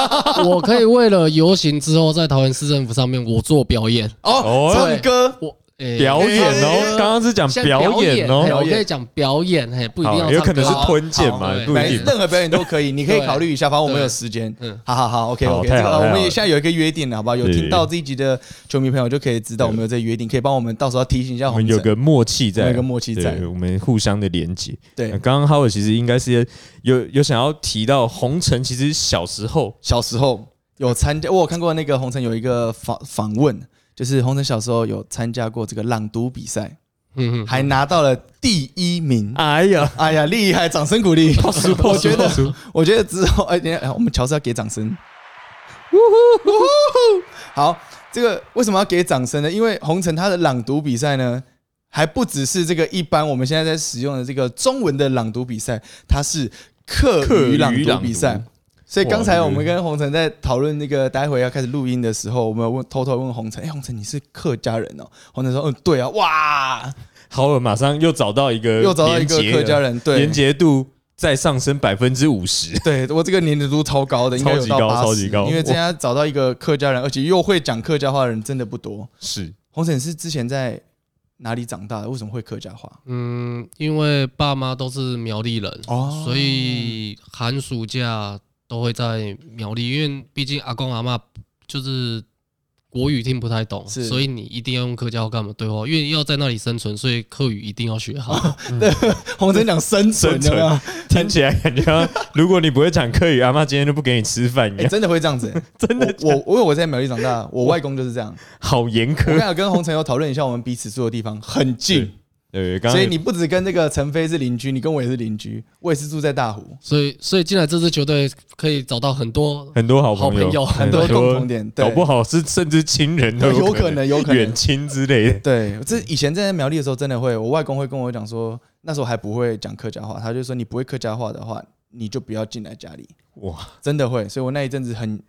[SPEAKER 4] 我可以为了游行之后在桃园市政府上面我做表演，
[SPEAKER 1] 哦
[SPEAKER 2] 唱歌
[SPEAKER 4] 我诶
[SPEAKER 1] 表演哦，刚刚是讲
[SPEAKER 4] 像
[SPEAKER 1] 表演
[SPEAKER 4] 嘿
[SPEAKER 1] 哦，
[SPEAKER 4] 我可以讲表演，嘿，不一定要
[SPEAKER 1] 好，
[SPEAKER 4] 唱
[SPEAKER 1] 有可能是
[SPEAKER 4] 歌啊
[SPEAKER 1] 吞剑嘛
[SPEAKER 4] 好，对
[SPEAKER 1] 不
[SPEAKER 2] 反
[SPEAKER 1] 一定。
[SPEAKER 2] 正任何表演都可以，你可以
[SPEAKER 4] 对
[SPEAKER 2] 考虑一下，反正我们
[SPEAKER 4] 对
[SPEAKER 2] 有时间。
[SPEAKER 4] 嗯
[SPEAKER 2] 好好好，OK
[SPEAKER 1] 好
[SPEAKER 2] OK，
[SPEAKER 1] 太
[SPEAKER 2] 这
[SPEAKER 1] 好
[SPEAKER 2] 个呃
[SPEAKER 1] 太
[SPEAKER 2] 我
[SPEAKER 1] 好
[SPEAKER 2] 们也
[SPEAKER 1] 了
[SPEAKER 2] 现在有一个约定了，好不好？有
[SPEAKER 1] 对
[SPEAKER 2] 听到这一集的球迷朋友就可以知道
[SPEAKER 1] 对
[SPEAKER 2] 我们有这个约定，可以帮我们到时候提醒一下
[SPEAKER 1] 我
[SPEAKER 2] 红
[SPEAKER 1] 们有
[SPEAKER 2] 尘。
[SPEAKER 1] 个默契在，啊
[SPEAKER 2] 我们有个默契在
[SPEAKER 1] 对我们互相的连接。
[SPEAKER 2] 对
[SPEAKER 1] 那，刚刚哈尔其实应该是有有想要提到红尘，其实小时候
[SPEAKER 2] 小时候有参加，我有看过那个红尘有一个访访问，就是红尘小时候有参加过这个朗读比赛，
[SPEAKER 4] 嗯嗯，
[SPEAKER 2] 还拿到了第一名。
[SPEAKER 1] 哎呀，
[SPEAKER 2] 哎呀，厉害！掌声鼓励。我觉得
[SPEAKER 1] 爆粗
[SPEAKER 2] 我觉得之后，哎，等一下，哎我们乔治要给掌声。呜呼呼好，这个为什么要给掌声呢？因为红尘他的朗读比赛呢，还不只是这个一般我们现在在使用的这个中文的朗读比赛，它是课余朗读比
[SPEAKER 1] 课余
[SPEAKER 2] 赛
[SPEAKER 1] 朗。
[SPEAKER 2] 所以刚才
[SPEAKER 1] 哇
[SPEAKER 2] 我们跟红尘在讨论那个待会要开始录音的时候，我们有问偷偷问红尘，哎、红尘你是客家人哦？红尘说，嗯，对啊，哇，
[SPEAKER 1] 好尔马上又找到一个
[SPEAKER 2] 又找到一个
[SPEAKER 1] 呃连结了
[SPEAKER 2] 客家人，对，
[SPEAKER 1] 连接度再上升百分之五十，
[SPEAKER 2] 对我这个年龄都超高的，应该
[SPEAKER 1] 超
[SPEAKER 2] 有到
[SPEAKER 1] 级高
[SPEAKER 2] 八十，
[SPEAKER 1] 超级高
[SPEAKER 2] 因为这家找到一个客家人，而且又会讲客家话的人真的不多。
[SPEAKER 1] 是
[SPEAKER 2] 红婶是之前在哪里长大的？为什么会客家话？
[SPEAKER 4] 嗯，因为爸妈都是苗栗人，
[SPEAKER 2] 哦
[SPEAKER 4] 所以寒暑假都会在苗栗，因为毕竟阿公阿妈就是国语听不太懂，
[SPEAKER 2] 是
[SPEAKER 4] 所以你一定要用客家话跟他们对话，因为要在那里生存，所以客语一定要 学好。
[SPEAKER 2] 红婶讲生存，
[SPEAKER 1] 生
[SPEAKER 2] 啊
[SPEAKER 1] 存
[SPEAKER 2] 有没有
[SPEAKER 1] 听起来感觉好像，如果你不会讲客语，阿妈今天就不给你吃饭一
[SPEAKER 2] 哎
[SPEAKER 1] 样，
[SPEAKER 2] 真的会这样子、 真的我，我我我在苗栗长大，我外公就是这样。
[SPEAKER 1] 好严
[SPEAKER 2] 我刚
[SPEAKER 1] 苛。
[SPEAKER 2] 才有跟红尘有讨论一下，我们彼此住的地方很近，
[SPEAKER 1] 对，刚刚
[SPEAKER 2] 所以你不止跟那个陈飞是邻居，你跟我也是邻居，我也是住在大湖，
[SPEAKER 4] 所以，所以进来这支球队可以找到很多
[SPEAKER 1] 很多好友，
[SPEAKER 4] 好朋友
[SPEAKER 2] 很多共同点，对
[SPEAKER 1] 搞，不好是甚至亲人都
[SPEAKER 2] 有
[SPEAKER 1] 可
[SPEAKER 2] 可能，有可能
[SPEAKER 1] 远，亲之类的。
[SPEAKER 2] 对，这以前在苗栗的时候真的会，我外公会跟我讲说，那时候还不会讲客家话，他就说你不会客家话的话，你就不要进来家里，
[SPEAKER 1] 哇，
[SPEAKER 2] 真的会。所以我那一阵子很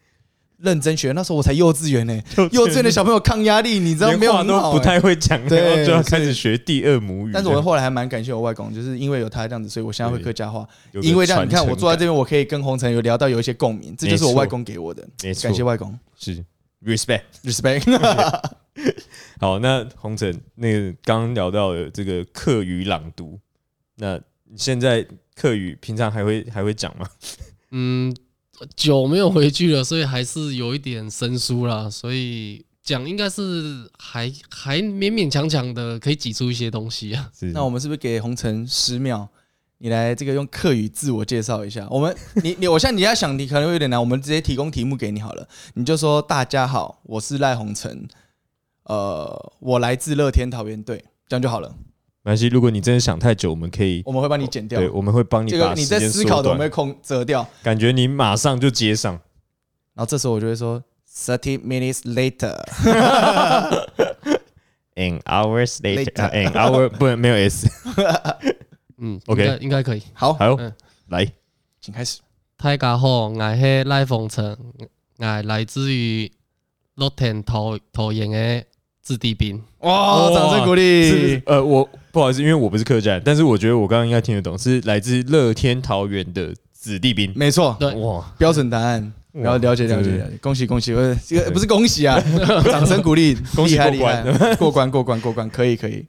[SPEAKER 2] 认真学，那时候我才幼稚园呢、幼
[SPEAKER 1] 幼
[SPEAKER 2] 稚园的小朋友抗压力，你知道没
[SPEAKER 1] 连
[SPEAKER 2] 有
[SPEAKER 1] 话
[SPEAKER 2] 很好、
[SPEAKER 1] 都不
[SPEAKER 2] 欸。
[SPEAKER 1] 太会讲，
[SPEAKER 2] 对
[SPEAKER 1] 然后就要开始学第二母语。
[SPEAKER 2] 但是我后来还蛮感谢我外公，就是因为有他这样子，所以我现在会客家话。
[SPEAKER 1] 有个
[SPEAKER 2] 因为这样，你看
[SPEAKER 1] 传承
[SPEAKER 2] 我坐在这
[SPEAKER 1] 感，
[SPEAKER 2] 边，我可以跟红尘有聊到有一些共鸣，这就是我
[SPEAKER 1] 没错
[SPEAKER 2] 外公给我的。
[SPEAKER 1] 没错，
[SPEAKER 2] 感谢外公
[SPEAKER 1] 是 respect。
[SPEAKER 2] ，respect。
[SPEAKER 1] 好，那洪晨，那个刚刚聊到的这个课语朗读，那你现在课语平常还会还会讲吗？
[SPEAKER 4] 嗯，久没有回去了，所以还是有一点生疏啦，所以讲应该是还还勉勉强强的可以挤出一些东西啊。
[SPEAKER 1] 是
[SPEAKER 2] 那我们是不是给红尘十秒？你来这个用客语自我介绍一下。我们，你你，我现在你要想，你可能会有点难。我们直接提供题目给你好了，你就说大家好，我是赖红尘，呃，我来自乐天桃园队，这样就好了。
[SPEAKER 1] 没关系，如果你真的想太久，我们可以
[SPEAKER 2] 我们会帮你剪掉
[SPEAKER 1] 哦对，。我们会帮你
[SPEAKER 2] 这
[SPEAKER 1] 把
[SPEAKER 2] 个你
[SPEAKER 1] 时
[SPEAKER 2] 在
[SPEAKER 1] 间
[SPEAKER 2] 思
[SPEAKER 1] 缩
[SPEAKER 2] 考的，我
[SPEAKER 1] 短
[SPEAKER 2] 们会。空折掉。
[SPEAKER 1] 感觉你马上就接上，
[SPEAKER 2] 然后这时候我就会说 thirty minutes later。
[SPEAKER 1] An hours later,
[SPEAKER 2] Later.
[SPEAKER 1] 啊 an hour 不能没有 s，
[SPEAKER 4] 嗯
[SPEAKER 1] OK
[SPEAKER 4] 应该应该可以。
[SPEAKER 2] 好，
[SPEAKER 1] 好
[SPEAKER 4] 嗯，
[SPEAKER 1] 来，
[SPEAKER 2] 请开始。
[SPEAKER 4] 大家好，我是赖凤城，我来自于乐天桃桃园的子弟兵。
[SPEAKER 2] 哇，掌声鼓
[SPEAKER 1] 哦是
[SPEAKER 2] 励。
[SPEAKER 1] 呃，我不好意思，因为我不是客栈，但是我觉得我刚刚应该听得懂，是来自乐天桃园的子弟兵。
[SPEAKER 2] 没错，
[SPEAKER 4] 对，
[SPEAKER 1] 哇，
[SPEAKER 2] 标准答案。然后了解了解
[SPEAKER 1] 对
[SPEAKER 2] 了解，恭喜恭喜，呃，这个不是恭 喜啊，掌声鼓励，
[SPEAKER 1] 恭喜
[SPEAKER 2] 厉害
[SPEAKER 1] 过
[SPEAKER 2] 厉害
[SPEAKER 1] 关，
[SPEAKER 2] 过关过关过关，可以可以。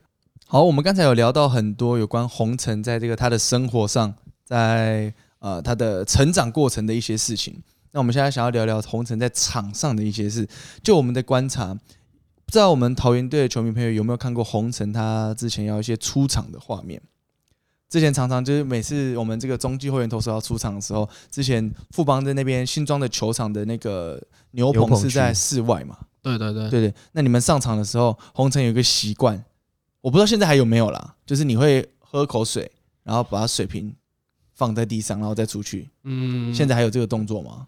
[SPEAKER 2] 好，我们刚才有聊到很多有关红尘在这个他的生活上，在呃他的成长过程的一些事情。那我们现在想要聊聊红尘在场上的一些事，就我们的观察，不知道我们桃园队的球迷朋友有没有看过红尘他之前要一些出场的画面？之前常常就是每次我们这个中继后援投手要出场的时候，之前富邦在那边新庄的球场的那个牛
[SPEAKER 1] 牛
[SPEAKER 2] 棚
[SPEAKER 1] 棚
[SPEAKER 2] 是在
[SPEAKER 1] 区
[SPEAKER 2] 室外嘛？
[SPEAKER 4] 对对对，
[SPEAKER 2] 对对，那你们上场的时候，红尘有一个习惯，我不知道现在还有没有啦，就是你会喝口水，然后把水瓶放在地上，然后再出去。
[SPEAKER 4] 嗯，
[SPEAKER 2] 现在还有这个动作吗？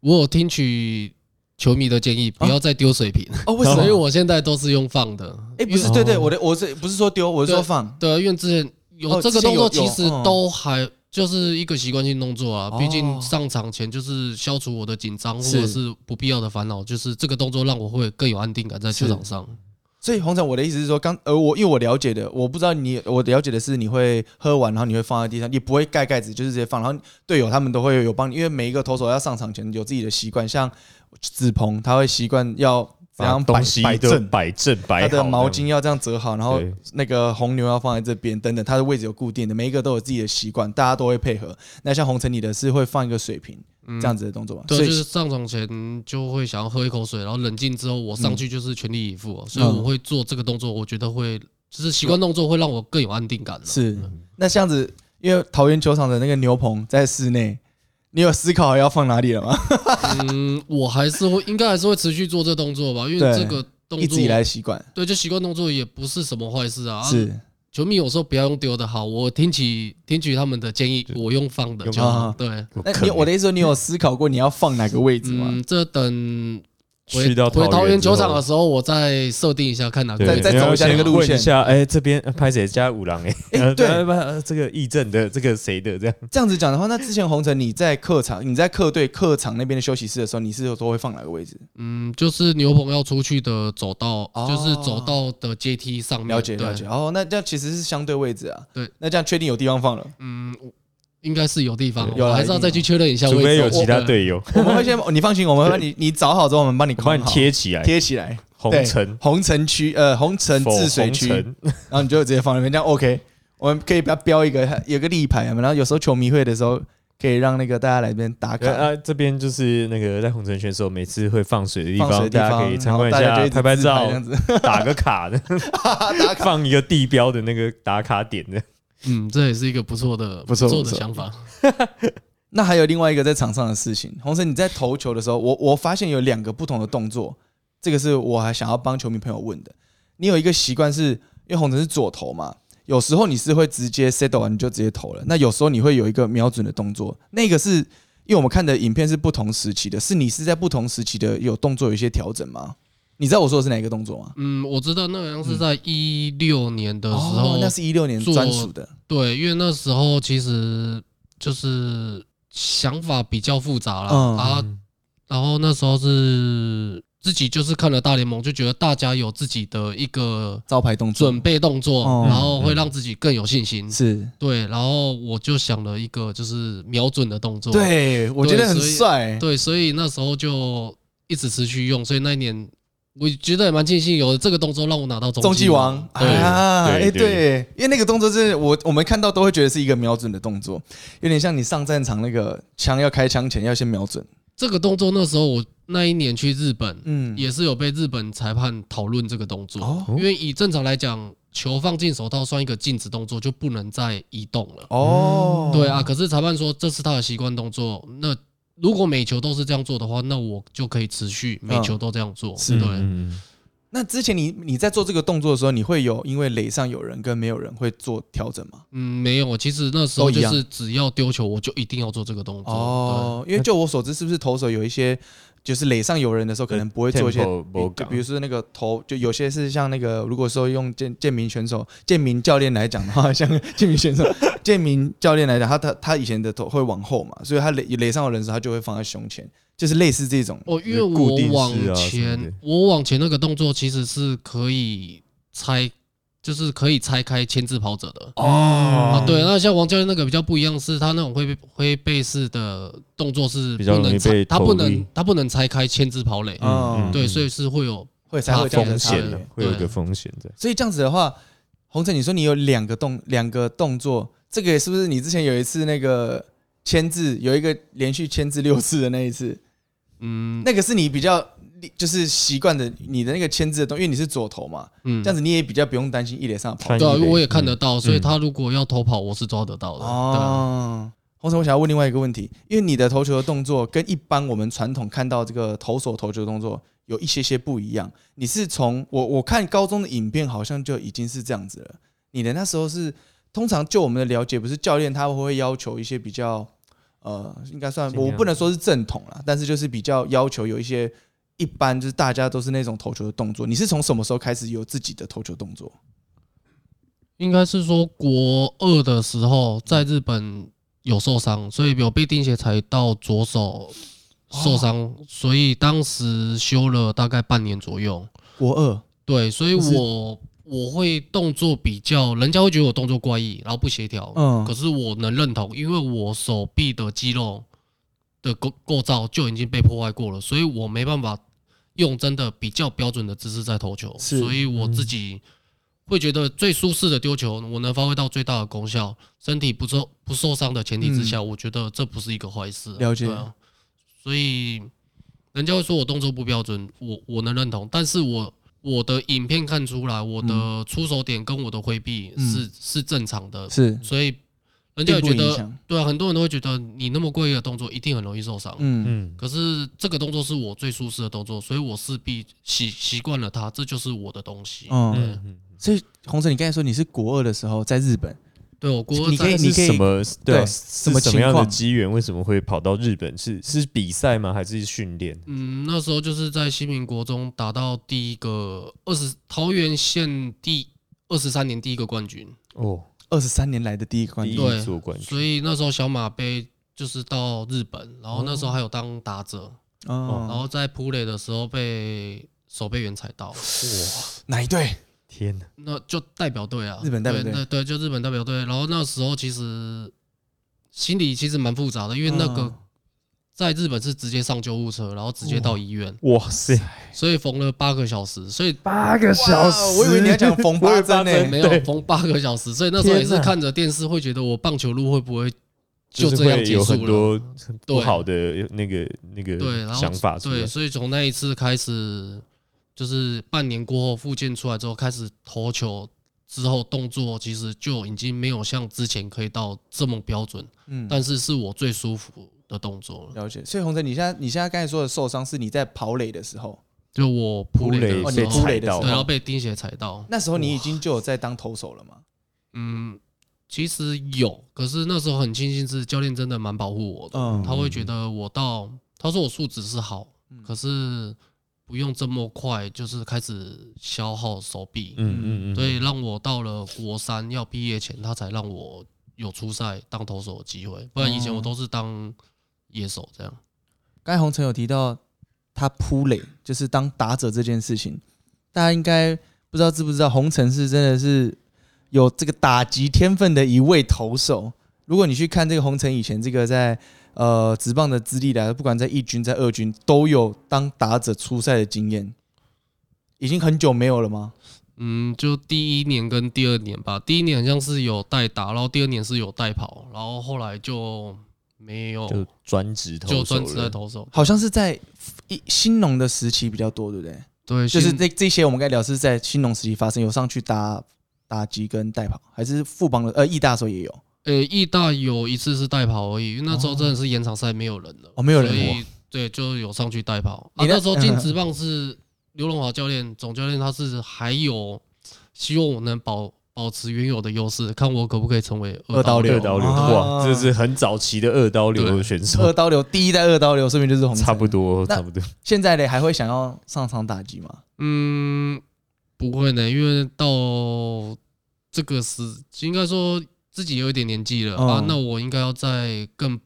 [SPEAKER 4] 我有听取球迷的建议，不要再丢水瓶，
[SPEAKER 2] 哦，啊为
[SPEAKER 4] 所以我现在都是用放的。
[SPEAKER 2] 哎，不是，
[SPEAKER 4] 因为
[SPEAKER 2] 对对，我的我是不是说丢，我是说放。
[SPEAKER 4] 对，因为之前
[SPEAKER 2] 哦
[SPEAKER 4] 有这个动作，
[SPEAKER 2] 之前
[SPEAKER 4] 其
[SPEAKER 2] 有
[SPEAKER 4] 实
[SPEAKER 2] 有嗯
[SPEAKER 4] 都还就是一个习惯性动作啊
[SPEAKER 2] 哦。
[SPEAKER 4] 毕竟上场前就是消除我的紧张或者
[SPEAKER 2] 是
[SPEAKER 4] 是不必要的烦恼，就是这个动作让我会更有安定感在球场上。
[SPEAKER 2] 所以红尘，我的意思是说，刚呃，我因为我了解的，我不知道你，我了解的是你会喝完，然后你会放在地上，你不会盖盖子，就是直接放。然后队友他们都会有帮你，因为每一个投手要上场前有自己的习惯，像子鹏他会习惯要
[SPEAKER 1] 把
[SPEAKER 2] 怎样摆
[SPEAKER 1] 东西
[SPEAKER 2] 摆
[SPEAKER 1] 都
[SPEAKER 2] 正，
[SPEAKER 1] 摆正摆
[SPEAKER 2] 他
[SPEAKER 1] 好，
[SPEAKER 2] 的毛巾要这样折好，然后
[SPEAKER 1] 对
[SPEAKER 2] 那个红牛要放在这边，等等，它的位置有固定的，每一个都有自己的习惯，大家都会配合。那像红尘你的是会放一个水瓶这样子的动作嘛？
[SPEAKER 4] 嗯对，啊
[SPEAKER 2] 所以
[SPEAKER 4] 就是上场前就会想要喝一口水，然后冷静之后我
[SPEAKER 2] 嗯
[SPEAKER 4] 上去就是全力以赴哦、所以我会做这个动作，我觉得会就是习惯动作会让我更有安定感了。
[SPEAKER 2] 是那这样子，因为桃园球场的那个牛棚在室内，你有思考好要放哪里了吗？
[SPEAKER 4] 嗯，我还是会应该还是会持续做这动作吧，因为
[SPEAKER 2] 对
[SPEAKER 4] 这个动
[SPEAKER 2] 一
[SPEAKER 4] 作
[SPEAKER 2] 直以来的习惯
[SPEAKER 4] 对，就习惯动作也不是什么坏事啊。啊
[SPEAKER 2] 是
[SPEAKER 4] 球迷有时候不要用丢的好，我听取听取他们的建议，我用放的
[SPEAKER 1] 用
[SPEAKER 4] 就好。
[SPEAKER 2] 放啊
[SPEAKER 4] 对，
[SPEAKER 2] 那你我的意思说，你有思考过你要放哪个位置吗？
[SPEAKER 4] 嗯，这等回
[SPEAKER 1] 去到
[SPEAKER 4] 回桃园啊
[SPEAKER 1] 园
[SPEAKER 4] 球场的
[SPEAKER 1] 了。
[SPEAKER 4] 时候，我再设定一下看哪个
[SPEAKER 1] 对
[SPEAKER 2] 再
[SPEAKER 4] 位置
[SPEAKER 2] 再走一下那个路线
[SPEAKER 1] 你要先问一下，哎，这边呃拍谁家五郎？哎，
[SPEAKER 2] 哎对
[SPEAKER 1] 呃，呃这个义正的，这个谁的这样？
[SPEAKER 2] 这样子讲的话，那之前红尘你在客场，你在客队客场那边的休息室的时候，你是都会放哪个位置？
[SPEAKER 4] 嗯，就是牛棚要出去的走道，
[SPEAKER 2] 哦
[SPEAKER 4] 就是走道的阶梯上面。
[SPEAKER 2] 了解
[SPEAKER 4] 对
[SPEAKER 2] 了解，，哦，那这样其实是相对位置啊。
[SPEAKER 4] 对，
[SPEAKER 2] 那这样确定有地方放了。
[SPEAKER 4] 嗯，我应该是有地方，
[SPEAKER 2] 有
[SPEAKER 4] 我
[SPEAKER 2] 啦
[SPEAKER 4] 还是要再去确认一下位
[SPEAKER 1] 除
[SPEAKER 4] 置。哦
[SPEAKER 1] 非有
[SPEAKER 4] 我
[SPEAKER 1] 其他，队友，
[SPEAKER 2] 我们会先，你放心，我们 会帮你你找好之后，我们帮你
[SPEAKER 1] 我帮
[SPEAKER 2] 框
[SPEAKER 1] 你
[SPEAKER 2] 好
[SPEAKER 1] 贴起来，
[SPEAKER 2] 贴起来。
[SPEAKER 1] 红
[SPEAKER 2] 对
[SPEAKER 1] 尘、
[SPEAKER 2] 红城区，呃，红城
[SPEAKER 1] 否
[SPEAKER 2] 治水
[SPEAKER 1] 红
[SPEAKER 2] 区，
[SPEAKER 1] 尘
[SPEAKER 2] 然后你就直接放那边，这样 OK。我们可以不要标一个有个立牌啊，然后有时候球迷会的时候，可以让那个大家来这边打
[SPEAKER 1] 呃
[SPEAKER 2] 卡。
[SPEAKER 1] 啊，这边就是那个在红尘选手每次会放水的地
[SPEAKER 2] 放水
[SPEAKER 1] 方，
[SPEAKER 2] 的地
[SPEAKER 1] 大家
[SPEAKER 2] 方，
[SPEAKER 1] 可以参观一
[SPEAKER 2] 然后大家就
[SPEAKER 1] 下，
[SPEAKER 2] 一直
[SPEAKER 1] 拍拍
[SPEAKER 2] 自拍
[SPEAKER 1] 照
[SPEAKER 2] 这，样子。
[SPEAKER 1] 打个 卡的，放一个地标的那个打卡点的。
[SPEAKER 4] 嗯，这也是一个不错的
[SPEAKER 2] 不错
[SPEAKER 4] 错
[SPEAKER 2] 不
[SPEAKER 4] 的
[SPEAKER 2] 错
[SPEAKER 4] 想法。
[SPEAKER 2] 那还有另外一个在场上的事情，洪生，你在投球的时候，我我发现有两个不同的动作，这个是我还想要帮球迷朋友问的。你有一个习惯是，因为洪晨是左投嘛，有时候你是会直接 set 完你就直接投了，那有时候你会有一个瞄准的动作，那个是因为我们看的影片是不同时期的，是你是在不同时期的有动作有一些调整吗？你知道我说的是哪一个动作吗？
[SPEAKER 4] 嗯，我知道那个好像是在一六年的时
[SPEAKER 2] 哦
[SPEAKER 4] 候，，
[SPEAKER 2] 那是一六年
[SPEAKER 4] 做
[SPEAKER 2] 专属的，
[SPEAKER 4] 对，因为那时候其实就是想法比较复杂了、
[SPEAKER 2] 嗯
[SPEAKER 4] 啊，然后那时候是自己就是看了大联盟，就觉得大家有自己的一个
[SPEAKER 2] 招牌动作
[SPEAKER 4] 准备动作，
[SPEAKER 2] 哦
[SPEAKER 4] 然
[SPEAKER 1] 嗯
[SPEAKER 4] 后会让自己更有信心。
[SPEAKER 2] 是。
[SPEAKER 4] 对，然后我就想了一个就是瞄准的动作。
[SPEAKER 2] 对，我觉得很
[SPEAKER 4] 所以
[SPEAKER 2] 帅。
[SPEAKER 4] 对，所以那时候就一直持续用，所以那一年我觉得也蛮庆幸有了这个动作让我拿到
[SPEAKER 2] 中继
[SPEAKER 4] 继
[SPEAKER 2] 王
[SPEAKER 4] 对，
[SPEAKER 2] 啊，
[SPEAKER 1] 对对
[SPEAKER 2] 哎对，因为那个动作是我我们看到都会觉得是一个瞄准的动作，有点像你上战场那个枪要开枪前要先瞄准，
[SPEAKER 4] 这个动作那时候我那一年去日本，
[SPEAKER 2] 嗯，
[SPEAKER 4] 也是有被日本裁判讨论这个动作，
[SPEAKER 2] 哦
[SPEAKER 4] 因为以正常来讲，球放进手套算一个静止动作，就不能再移动了。
[SPEAKER 2] 哦，
[SPEAKER 4] 对啊，可是裁判说这是他的习惯动作，那如果每球都是这样做的话，那我就可以持续每球都这样做。
[SPEAKER 2] 嗯是
[SPEAKER 4] 对，
[SPEAKER 1] 嗯，嗯
[SPEAKER 2] 那之前你你在做这个动作的时候，你会有因为垒上有人跟没有人会做调整吗？
[SPEAKER 4] 嗯，没有，其实那时候
[SPEAKER 2] 都一
[SPEAKER 4] 就
[SPEAKER 2] 样
[SPEAKER 4] 是只要丢球，我就一定要做这个动作。
[SPEAKER 2] 哦，因为就我所知，是不是投手有一些就是垒上有人的时候，可能不会做一些
[SPEAKER 1] Tempo
[SPEAKER 2] 比，
[SPEAKER 1] 不
[SPEAKER 2] 就
[SPEAKER 1] 敢
[SPEAKER 2] 比如说那个投，就有些是像那个，如果说用建建民选手、建民教练来讲的话，像建民选手、 建民教练来讲，他他他以前的头会往后嘛，所以他垒垒上有人的时候，他就会放在胸前，就是类似这种
[SPEAKER 4] 对，哦，因为
[SPEAKER 1] 就是固定
[SPEAKER 4] 我
[SPEAKER 1] 式啊
[SPEAKER 4] 往
[SPEAKER 1] 什么
[SPEAKER 4] 前
[SPEAKER 1] 的，
[SPEAKER 4] 我往前那个动作其实是可以拆就是可以拆开牵制跑者的。
[SPEAKER 1] 哦
[SPEAKER 4] 啊，对，那像王教练那个比较不一样，是他那种会被挥背式的动作是
[SPEAKER 1] 比较
[SPEAKER 4] 不
[SPEAKER 1] 容易
[SPEAKER 4] 能
[SPEAKER 1] 被
[SPEAKER 4] 拆，他
[SPEAKER 1] 投
[SPEAKER 4] 不
[SPEAKER 1] 力
[SPEAKER 4] 能他不能拆开牵制跑垒，
[SPEAKER 2] 嗯，
[SPEAKER 4] 对，所以是会有
[SPEAKER 2] 会才会有这样子
[SPEAKER 1] 风
[SPEAKER 2] 的差别
[SPEAKER 1] 险的，会有一个风险在。
[SPEAKER 2] 所以这样子的话，洪晨，你说你有两个动两个动作，这个是不是你之前有一次那个签字有一个连续签字六次的那一次？
[SPEAKER 4] 嗯
[SPEAKER 2] 那个是你比较就是习惯的，你的那个签字的动，因为你是左投嘛，
[SPEAKER 4] 嗯
[SPEAKER 2] 这，样子你也比较不用担心一垒上的跑。
[SPEAKER 1] 看
[SPEAKER 4] 对啊，
[SPEAKER 1] 一垒
[SPEAKER 4] 我也看得到，所以
[SPEAKER 1] 嗯
[SPEAKER 4] 他如果要投跑，我是抓得到的。对啊，
[SPEAKER 2] 哦，洪晨，我想要问另外一个问题，因为你的投球的动作跟一般我们传统看到这个投手投球的动作有一些些不一样。你是从我我看高中的影片好像就已经是这样子了。你的那时候是通常就我们的了解，不是教练他会要求一些比较呃，应该算
[SPEAKER 1] 尽量
[SPEAKER 2] 我不能说是正统啦，但是就是比较要求有一些。一般就是大家都是那种投球的动作，你是从什么时候开始有自己的投球动作？
[SPEAKER 4] 应该是说国二的时候在日本有受伤，所以有被钉鞋踩到左手受伤，所以当时休了大概半年左右。
[SPEAKER 2] 国二，
[SPEAKER 4] 对，所以
[SPEAKER 2] 就是
[SPEAKER 4] 我我会动作比较，人家会觉得我动作怪异，然后不协调。
[SPEAKER 2] 嗯
[SPEAKER 4] 可是我能认同，因为我手臂的肌肉的构构造就已经被破坏过了，所以我没办法用真的比较标准的姿势在投球，
[SPEAKER 2] 是嗯
[SPEAKER 4] 所以我自己会觉得最舒适的丢球，我能发挥到最大的功效，身体不受不受伤的前提之下，我觉得这不是一个坏事啊、
[SPEAKER 2] 嗯了解
[SPEAKER 4] 对啊，所以人家会说我动作不标准，我我能认同，但是我我的影片看出来，我的出手点跟我的挥臂
[SPEAKER 2] 嗯
[SPEAKER 4] 是、是正常的，
[SPEAKER 2] 是
[SPEAKER 4] 所以人家也
[SPEAKER 2] 嗯
[SPEAKER 4] 觉
[SPEAKER 2] 并不影
[SPEAKER 4] 得
[SPEAKER 2] 响，
[SPEAKER 4] 对啊，很多人都会觉得你那么贵的动作一定很容易受伤。
[SPEAKER 2] 嗯
[SPEAKER 1] 嗯，
[SPEAKER 4] 可是这个动作是我最舒适的动作，所以我势必习习惯了它，这就是我的东西。
[SPEAKER 2] 嗯
[SPEAKER 4] 对
[SPEAKER 1] 嗯嗯
[SPEAKER 2] 所以洪晨，你刚才说你是国二的时候在日本，
[SPEAKER 4] 对，我国
[SPEAKER 2] 你
[SPEAKER 4] 二
[SPEAKER 2] 可以
[SPEAKER 4] 在
[SPEAKER 2] 你
[SPEAKER 1] 是什么对啊
[SPEAKER 2] 对
[SPEAKER 1] 是
[SPEAKER 2] 什么
[SPEAKER 1] 什么
[SPEAKER 2] 情
[SPEAKER 1] 样的
[SPEAKER 2] 况
[SPEAKER 1] 机缘？为什么会跑到日本？是是比赛吗？还是训练？
[SPEAKER 4] 嗯那时候就是在新民国中打到第一个二十桃园县第二十三年第一个冠军，
[SPEAKER 1] 哦，
[SPEAKER 2] 二十三年来的第一个冠
[SPEAKER 1] 第
[SPEAKER 2] 军。
[SPEAKER 1] 一座冠军
[SPEAKER 4] 所以那时候小马杯就是到日本，然后那时候还有当打者，然
[SPEAKER 2] 哦，
[SPEAKER 4] 后在扑垒的时候被守备员踩到。
[SPEAKER 1] 哇！
[SPEAKER 2] 哪一队？
[SPEAKER 1] 天哪，
[SPEAKER 4] 那就代表队啊，
[SPEAKER 2] 日本代表队
[SPEAKER 4] 对，那对，就日本代表队。然后那时候其实心里其实蛮复杂的，因为那个
[SPEAKER 2] 嗯
[SPEAKER 4] 在日本是直接上救护车，然后直接到医院，
[SPEAKER 1] 哇塞，
[SPEAKER 4] 所以缝了八个小时，所以
[SPEAKER 1] 八个小
[SPEAKER 2] 哇我以为你要讲缝
[SPEAKER 1] 我以
[SPEAKER 2] 八
[SPEAKER 1] 为
[SPEAKER 2] 针
[SPEAKER 1] 八针
[SPEAKER 2] 呢。
[SPEAKER 4] 没有缝八个小时，所以那时候也是
[SPEAKER 1] 哎天哪
[SPEAKER 4] 看着电视会觉得我棒球路会不会就是这样
[SPEAKER 1] 会
[SPEAKER 4] 结
[SPEAKER 1] 有很
[SPEAKER 4] 束了？
[SPEAKER 1] 多不好的那个那
[SPEAKER 4] 对，
[SPEAKER 1] 个
[SPEAKER 4] 然后
[SPEAKER 1] 想法出来
[SPEAKER 4] 对，。所以从那一次开始，就是半年过后复健出来之后，开始投球之后动作其实就已经没有像之前可以到这么标准，
[SPEAKER 2] 嗯，
[SPEAKER 4] 但是是我最舒服的动作了。
[SPEAKER 2] 了解。所以洪晨，你现在你现在刚才说的受伤是你在跑垒的时候，
[SPEAKER 4] 就我扑垒
[SPEAKER 1] 扑
[SPEAKER 4] 的
[SPEAKER 1] 垒
[SPEAKER 4] 时
[SPEAKER 1] 被
[SPEAKER 4] 候，
[SPEAKER 1] 踩到
[SPEAKER 2] 哦你
[SPEAKER 4] 对，然后
[SPEAKER 1] 了，
[SPEAKER 4] 被钉鞋踩到，
[SPEAKER 2] 那时候你已经就有在当投手了吗？
[SPEAKER 4] 嗯。其实有，可是那时候很庆幸是教练真的蛮保护我的，
[SPEAKER 2] 嗯
[SPEAKER 4] 他会觉得我到，他说我素质是好，可是不用这么快就是开始消耗手臂，
[SPEAKER 1] 嗯嗯嗯，
[SPEAKER 4] 所以让我到了国三要毕业前，他才让我有出赛当投手的机会，不然以前我都是当野手这样。
[SPEAKER 2] 刚才洪晨有提到他扑垒，就是当打者这件事情，大家应该不知道知不知道，洪晨是真的是有这个打击天分的一位投手。如果你去看这个洪晨以前这个在呃职棒的资历来，不管在一军在二军都有当打者出赛的经验，已经很久没有了吗？
[SPEAKER 4] 嗯，就第一年跟第二年吧，第一年好像是有代打，然后第二年是有代跑，然后后来就没有，
[SPEAKER 1] 就专职投手
[SPEAKER 4] 就专职在
[SPEAKER 1] 了
[SPEAKER 4] 投手。
[SPEAKER 2] 好像是在一新农的时期比较多，对不对？
[SPEAKER 4] 对，
[SPEAKER 2] 就是
[SPEAKER 4] 新
[SPEAKER 2] 这这些我们该聊是在新农时期发生，有上去打打击跟代跑，还是副帮的呃义大的时候也有
[SPEAKER 4] 呃，义大有一次是代跑而已，因为那时候真的是延长赛没有人了，
[SPEAKER 2] 哦，没有人
[SPEAKER 4] 所
[SPEAKER 2] 过
[SPEAKER 4] 以对，就有上去代跑。啊，
[SPEAKER 2] 你那嗯
[SPEAKER 4] 那时候进职棒是刘荣华教练，总教练他是还有希望我能保保持原有的优势，看我可不可以成为
[SPEAKER 2] 二刀
[SPEAKER 4] 流。
[SPEAKER 2] 流
[SPEAKER 1] 二刀流，
[SPEAKER 2] 啊
[SPEAKER 1] 哇，这是很早期的二刀流
[SPEAKER 4] 对
[SPEAKER 1] 选
[SPEAKER 2] 二
[SPEAKER 1] 手，
[SPEAKER 2] 刀流第一代二刀流，说明就是红
[SPEAKER 1] 差不
[SPEAKER 2] 多。
[SPEAKER 1] 多
[SPEAKER 2] 那
[SPEAKER 1] 差不多。
[SPEAKER 2] 现在嘞还会想要上场打击吗？
[SPEAKER 4] 嗯，不会呢，因为到这个时，应该说自己有一点年纪了、
[SPEAKER 2] 嗯
[SPEAKER 4] 啊，那我应该要在更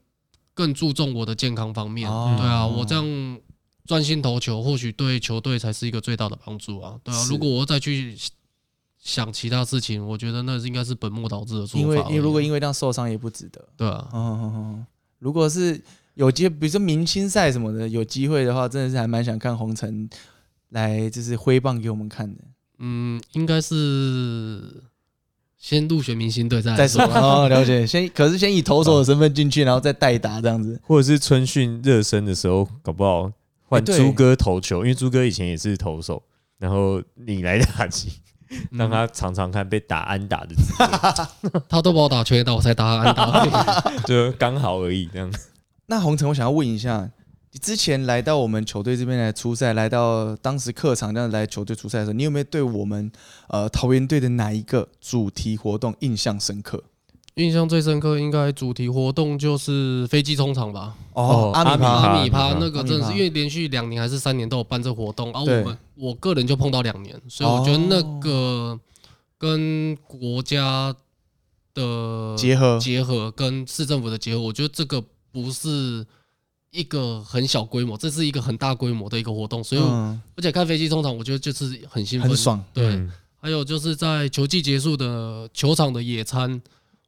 [SPEAKER 4] 更注重我的健康方面。
[SPEAKER 2] 哦
[SPEAKER 4] 对啊，我这样专心投球，或许对球队才是一个最大的帮助啊。对啊，
[SPEAKER 2] 是
[SPEAKER 4] 如果我再去想其他事情，我觉得那是应该是本末倒置的做法而已。啊
[SPEAKER 2] 因为因为如果因为这样受伤也不值得。
[SPEAKER 4] 对啊，
[SPEAKER 2] 哦哦哦哦，如果是有机，比如说明星赛什么的，有机会的话，真的是还蛮想看红尘来就是挥棒给我们看的。
[SPEAKER 4] 嗯，应该是先入选明星队再
[SPEAKER 2] 再
[SPEAKER 4] 来
[SPEAKER 2] 说
[SPEAKER 4] 说啊吧。
[SPEAKER 2] 哦，了解。先可是先以投手的身份进去，然后再代打这样子。
[SPEAKER 1] 或者是春训热身的时候，搞不好换
[SPEAKER 2] 欸
[SPEAKER 4] 哎
[SPEAKER 2] 对
[SPEAKER 1] 朱哥投球，因为朱哥以前也是投手，然后你来打击，
[SPEAKER 4] 嗯
[SPEAKER 1] 让他尝尝看被打安打的滋味，
[SPEAKER 4] 他都把我打全垒打，我才打安 打。
[SPEAKER 1] 就刚好而已这样。
[SPEAKER 2] 那红尘，我想要问一下，你之前来到我们球队这边来出赛，来到当时客场这样来球队出赛的时候，你有没有对我们呃桃园队的哪一个主题活动印象深刻？
[SPEAKER 4] 印象最深刻应该主题活动就是飞机冲场吧，啊
[SPEAKER 1] 哦
[SPEAKER 2] 阿米
[SPEAKER 1] 阿米
[SPEAKER 2] 巴
[SPEAKER 1] 巴
[SPEAKER 4] 阿米
[SPEAKER 1] 阿
[SPEAKER 4] 趴
[SPEAKER 2] 啊
[SPEAKER 1] 米趴
[SPEAKER 4] 那个真的
[SPEAKER 2] 阿米趴
[SPEAKER 4] 是因为连续两年还是三年都有办这活动，而、啊、
[SPEAKER 2] 对
[SPEAKER 4] 我们我个人就碰到两年，所以我觉得那个跟国家的
[SPEAKER 2] 结合，
[SPEAKER 4] 结合跟市政府的结合，我觉得这个不是一个很小规模，这是一个很大规模的一个活动，所以我、
[SPEAKER 2] 嗯，
[SPEAKER 4] 而且看飞机冲场，我觉得就是很兴奋，
[SPEAKER 2] 很爽。
[SPEAKER 4] 对，
[SPEAKER 1] 嗯
[SPEAKER 4] 还有就是在球季结束的球场的野餐，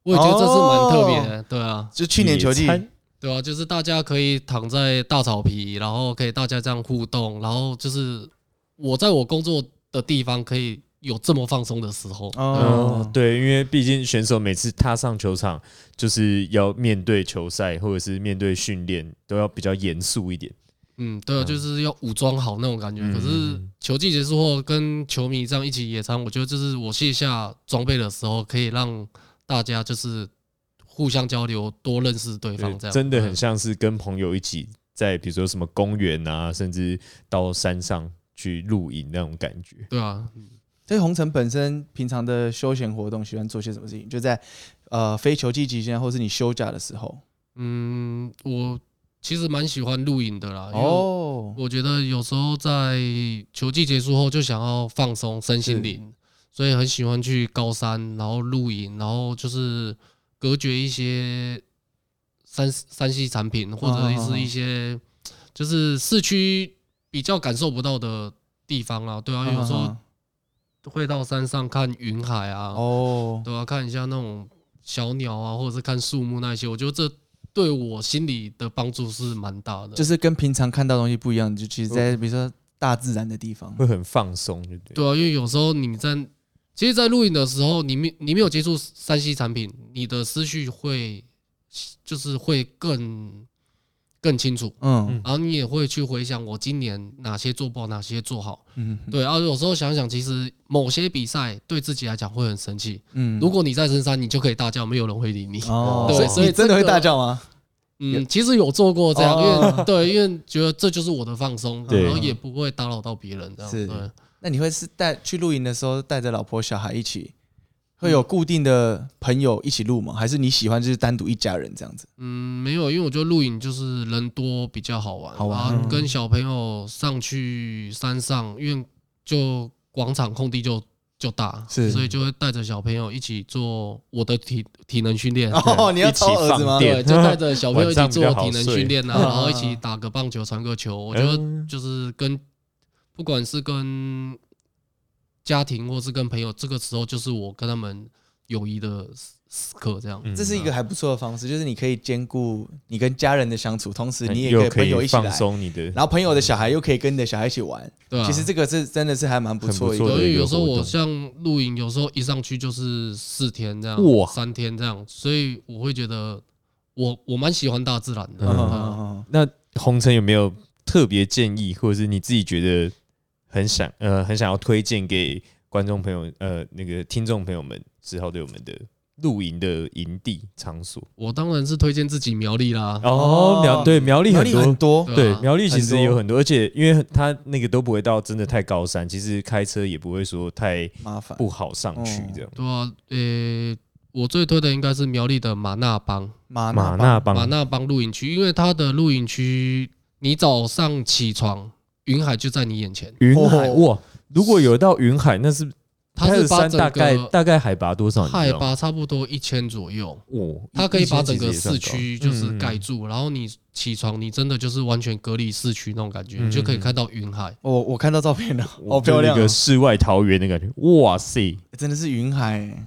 [SPEAKER 4] 我也觉得这是蛮特别的，对啊，
[SPEAKER 2] 就去年球季
[SPEAKER 1] 野，餐
[SPEAKER 4] 对啊，就是大家可以躺在大草皮，然后可以大家这样互动，然后就是我在我工作的地方可以有这么放松的时候，
[SPEAKER 1] 哦
[SPEAKER 2] 哦，，
[SPEAKER 1] 对，因为毕竟选手每次踏上球场，就是要面对球赛或者是面对训练，都要比较严肃一点。
[SPEAKER 4] 嗯，对啊，就是要武装好那种感觉。
[SPEAKER 1] 嗯
[SPEAKER 4] 可是球季结束后跟球迷这样一起野餐，我觉得这是我卸下装备的时候，可以让大家就是互相交流，多认识对
[SPEAKER 1] 对
[SPEAKER 4] 方，这样嗯
[SPEAKER 1] 真的很
[SPEAKER 4] 对
[SPEAKER 1] 像是跟朋友一起在比如说什么公园啊，甚至到山上去露营那种感觉。
[SPEAKER 4] 对啊，
[SPEAKER 2] 所以红尘本身平常的休闲活动喜欢做些什么事情？就在呃非球季期间，或是你休假的时候。
[SPEAKER 4] 嗯，我其实蛮喜欢露营的啦，因为
[SPEAKER 2] 哦，
[SPEAKER 4] 我觉得有时候在球季结束后就想要放松身心
[SPEAKER 2] 嗯
[SPEAKER 4] 灵，所以很喜欢去高山，然后露营，然后就是隔绝一些山山系产品，或者是一些就是市区比较感受不到的地方啊，对啊，有时候会到山上看云海啊，
[SPEAKER 2] 哦，
[SPEAKER 4] 对啊，看一下那种小鸟啊，或者是看树木那些，我觉得这对我心理的帮助是蛮大的。
[SPEAKER 2] 就是跟平常看到的东西不一样，就其实在比如说大自然的地方。
[SPEAKER 1] 会很放松，对不对？
[SPEAKER 4] 对啊，因为有时候你在，其实，在录影的时候，你没你没有接触山西产品，你的思绪会就是会更更清楚，
[SPEAKER 2] 嗯
[SPEAKER 1] 嗯
[SPEAKER 4] 然后你也会去回想我今年哪些做不好，哪些做好。
[SPEAKER 2] 嗯
[SPEAKER 4] 对，然后有时候想想，其实某些比赛对自己来讲会很生气。
[SPEAKER 2] 嗯
[SPEAKER 4] 如果你在深山，你就可以大叫，没有人会理你。
[SPEAKER 2] 哦，
[SPEAKER 1] 对
[SPEAKER 4] 所以
[SPEAKER 2] 你真的会大叫吗？
[SPEAKER 4] 嗯，其实有做过这样，因
[SPEAKER 2] 哦
[SPEAKER 4] 为对，因为觉得这就是我的放松，
[SPEAKER 1] 对
[SPEAKER 4] 然后也不会打扰到别人，这样
[SPEAKER 2] 是
[SPEAKER 4] 对。
[SPEAKER 2] 那你会是带去露营的时候带着老婆小孩一起，会有固定的朋友一起录吗？还是你喜欢就是单独一家人这样子？
[SPEAKER 4] 嗯，没有，因为我觉得露营就是人多比较好玩，
[SPEAKER 2] 好玩
[SPEAKER 4] 然后跟小朋友上去山上，因为就广场空地就就大，
[SPEAKER 2] 是
[SPEAKER 4] 所以就会带着小朋友一起做我的体体能训练。
[SPEAKER 2] 哦，你要
[SPEAKER 1] 啊一起
[SPEAKER 2] 操儿子吗
[SPEAKER 1] 放？电
[SPEAKER 4] 对，就 带着小朋友一起做体能训练啊，
[SPEAKER 2] 晚上比较好睡哎
[SPEAKER 4] 然后一起打个棒球、传个球。我觉得
[SPEAKER 1] 嗯
[SPEAKER 4] 就是跟不管是跟家庭或是跟朋友，这个时候就是我跟他们友谊的时刻，这样。
[SPEAKER 1] 嗯
[SPEAKER 2] 这是一个还不错的方式，就是你可以兼顾你跟家人的相处，同时你也
[SPEAKER 1] 又
[SPEAKER 2] 可以朋友一起
[SPEAKER 1] 放
[SPEAKER 2] 来，
[SPEAKER 1] 松你的，
[SPEAKER 2] 然后朋友的小孩又可以跟你的小孩一起玩。
[SPEAKER 4] 对啊，
[SPEAKER 2] 其实这个是真的是还蛮不错的一
[SPEAKER 4] 对
[SPEAKER 1] 很不
[SPEAKER 2] 个
[SPEAKER 1] 错
[SPEAKER 4] 因为
[SPEAKER 1] 一个
[SPEAKER 4] 有时候
[SPEAKER 1] 活
[SPEAKER 4] 我
[SPEAKER 1] 动
[SPEAKER 4] 像露营，有时候一上去就是四天这样，
[SPEAKER 1] 哇
[SPEAKER 4] 三天这样，所以我会觉得我我蛮喜欢大自然的。
[SPEAKER 1] 嗯
[SPEAKER 2] 嗯嗯
[SPEAKER 4] 对
[SPEAKER 2] 嗯
[SPEAKER 4] 啊
[SPEAKER 2] 嗯
[SPEAKER 1] 那红尘有没有特别建议，或者是你自己觉得很想呃很想要推荐给观众朋友呃那个听众朋友们，之后对我们的露营的营地场所？
[SPEAKER 4] 我当然是推荐自己苗栗啦。
[SPEAKER 2] 哦
[SPEAKER 1] 哦，苗对苗栗
[SPEAKER 2] 嗯，苗
[SPEAKER 1] 很
[SPEAKER 2] 栗
[SPEAKER 1] 多
[SPEAKER 2] 很多，
[SPEAKER 4] 对啊
[SPEAKER 1] 对苗栗其实
[SPEAKER 2] 很多
[SPEAKER 1] 有很多，而且因为它那个都不会到真的太高山，其实开车也不会说太
[SPEAKER 2] 麻烦。
[SPEAKER 1] 不好上去这样。
[SPEAKER 4] 对啊，呃、我最推的应该是苗栗的马那邦，
[SPEAKER 2] 马
[SPEAKER 1] 马那
[SPEAKER 5] 嗯
[SPEAKER 4] 马
[SPEAKER 1] 邦
[SPEAKER 4] 那邦露营区，因为它的露营区，你早上起床，云海就在你眼前。
[SPEAKER 1] 云海
[SPEAKER 2] 哦
[SPEAKER 1] 哇，如果有到云海，那是
[SPEAKER 4] 它
[SPEAKER 5] 有
[SPEAKER 4] 是把
[SPEAKER 5] 山
[SPEAKER 4] 整
[SPEAKER 5] 大概
[SPEAKER 4] 个
[SPEAKER 5] 大概海拔多少？你知道
[SPEAKER 4] 海
[SPEAKER 5] 吗
[SPEAKER 4] 拔差不多一千左右，
[SPEAKER 5] 哦，
[SPEAKER 4] 它可以把
[SPEAKER 5] 1000其
[SPEAKER 4] 整
[SPEAKER 5] 实
[SPEAKER 4] 个
[SPEAKER 5] 也算
[SPEAKER 4] 市
[SPEAKER 5] 高
[SPEAKER 4] 区就是
[SPEAKER 1] 嗯嗯
[SPEAKER 4] 盖住，然后你起床，你真的就是完全隔离市区那
[SPEAKER 5] 嗯
[SPEAKER 4] 种感觉，你就可以看到云海。
[SPEAKER 2] 我我看到照片了，好
[SPEAKER 1] 哦，
[SPEAKER 2] 漂亮
[SPEAKER 1] 一
[SPEAKER 2] 哦、
[SPEAKER 1] 个世外桃源的感觉。哇塞，
[SPEAKER 2] 真的是云海、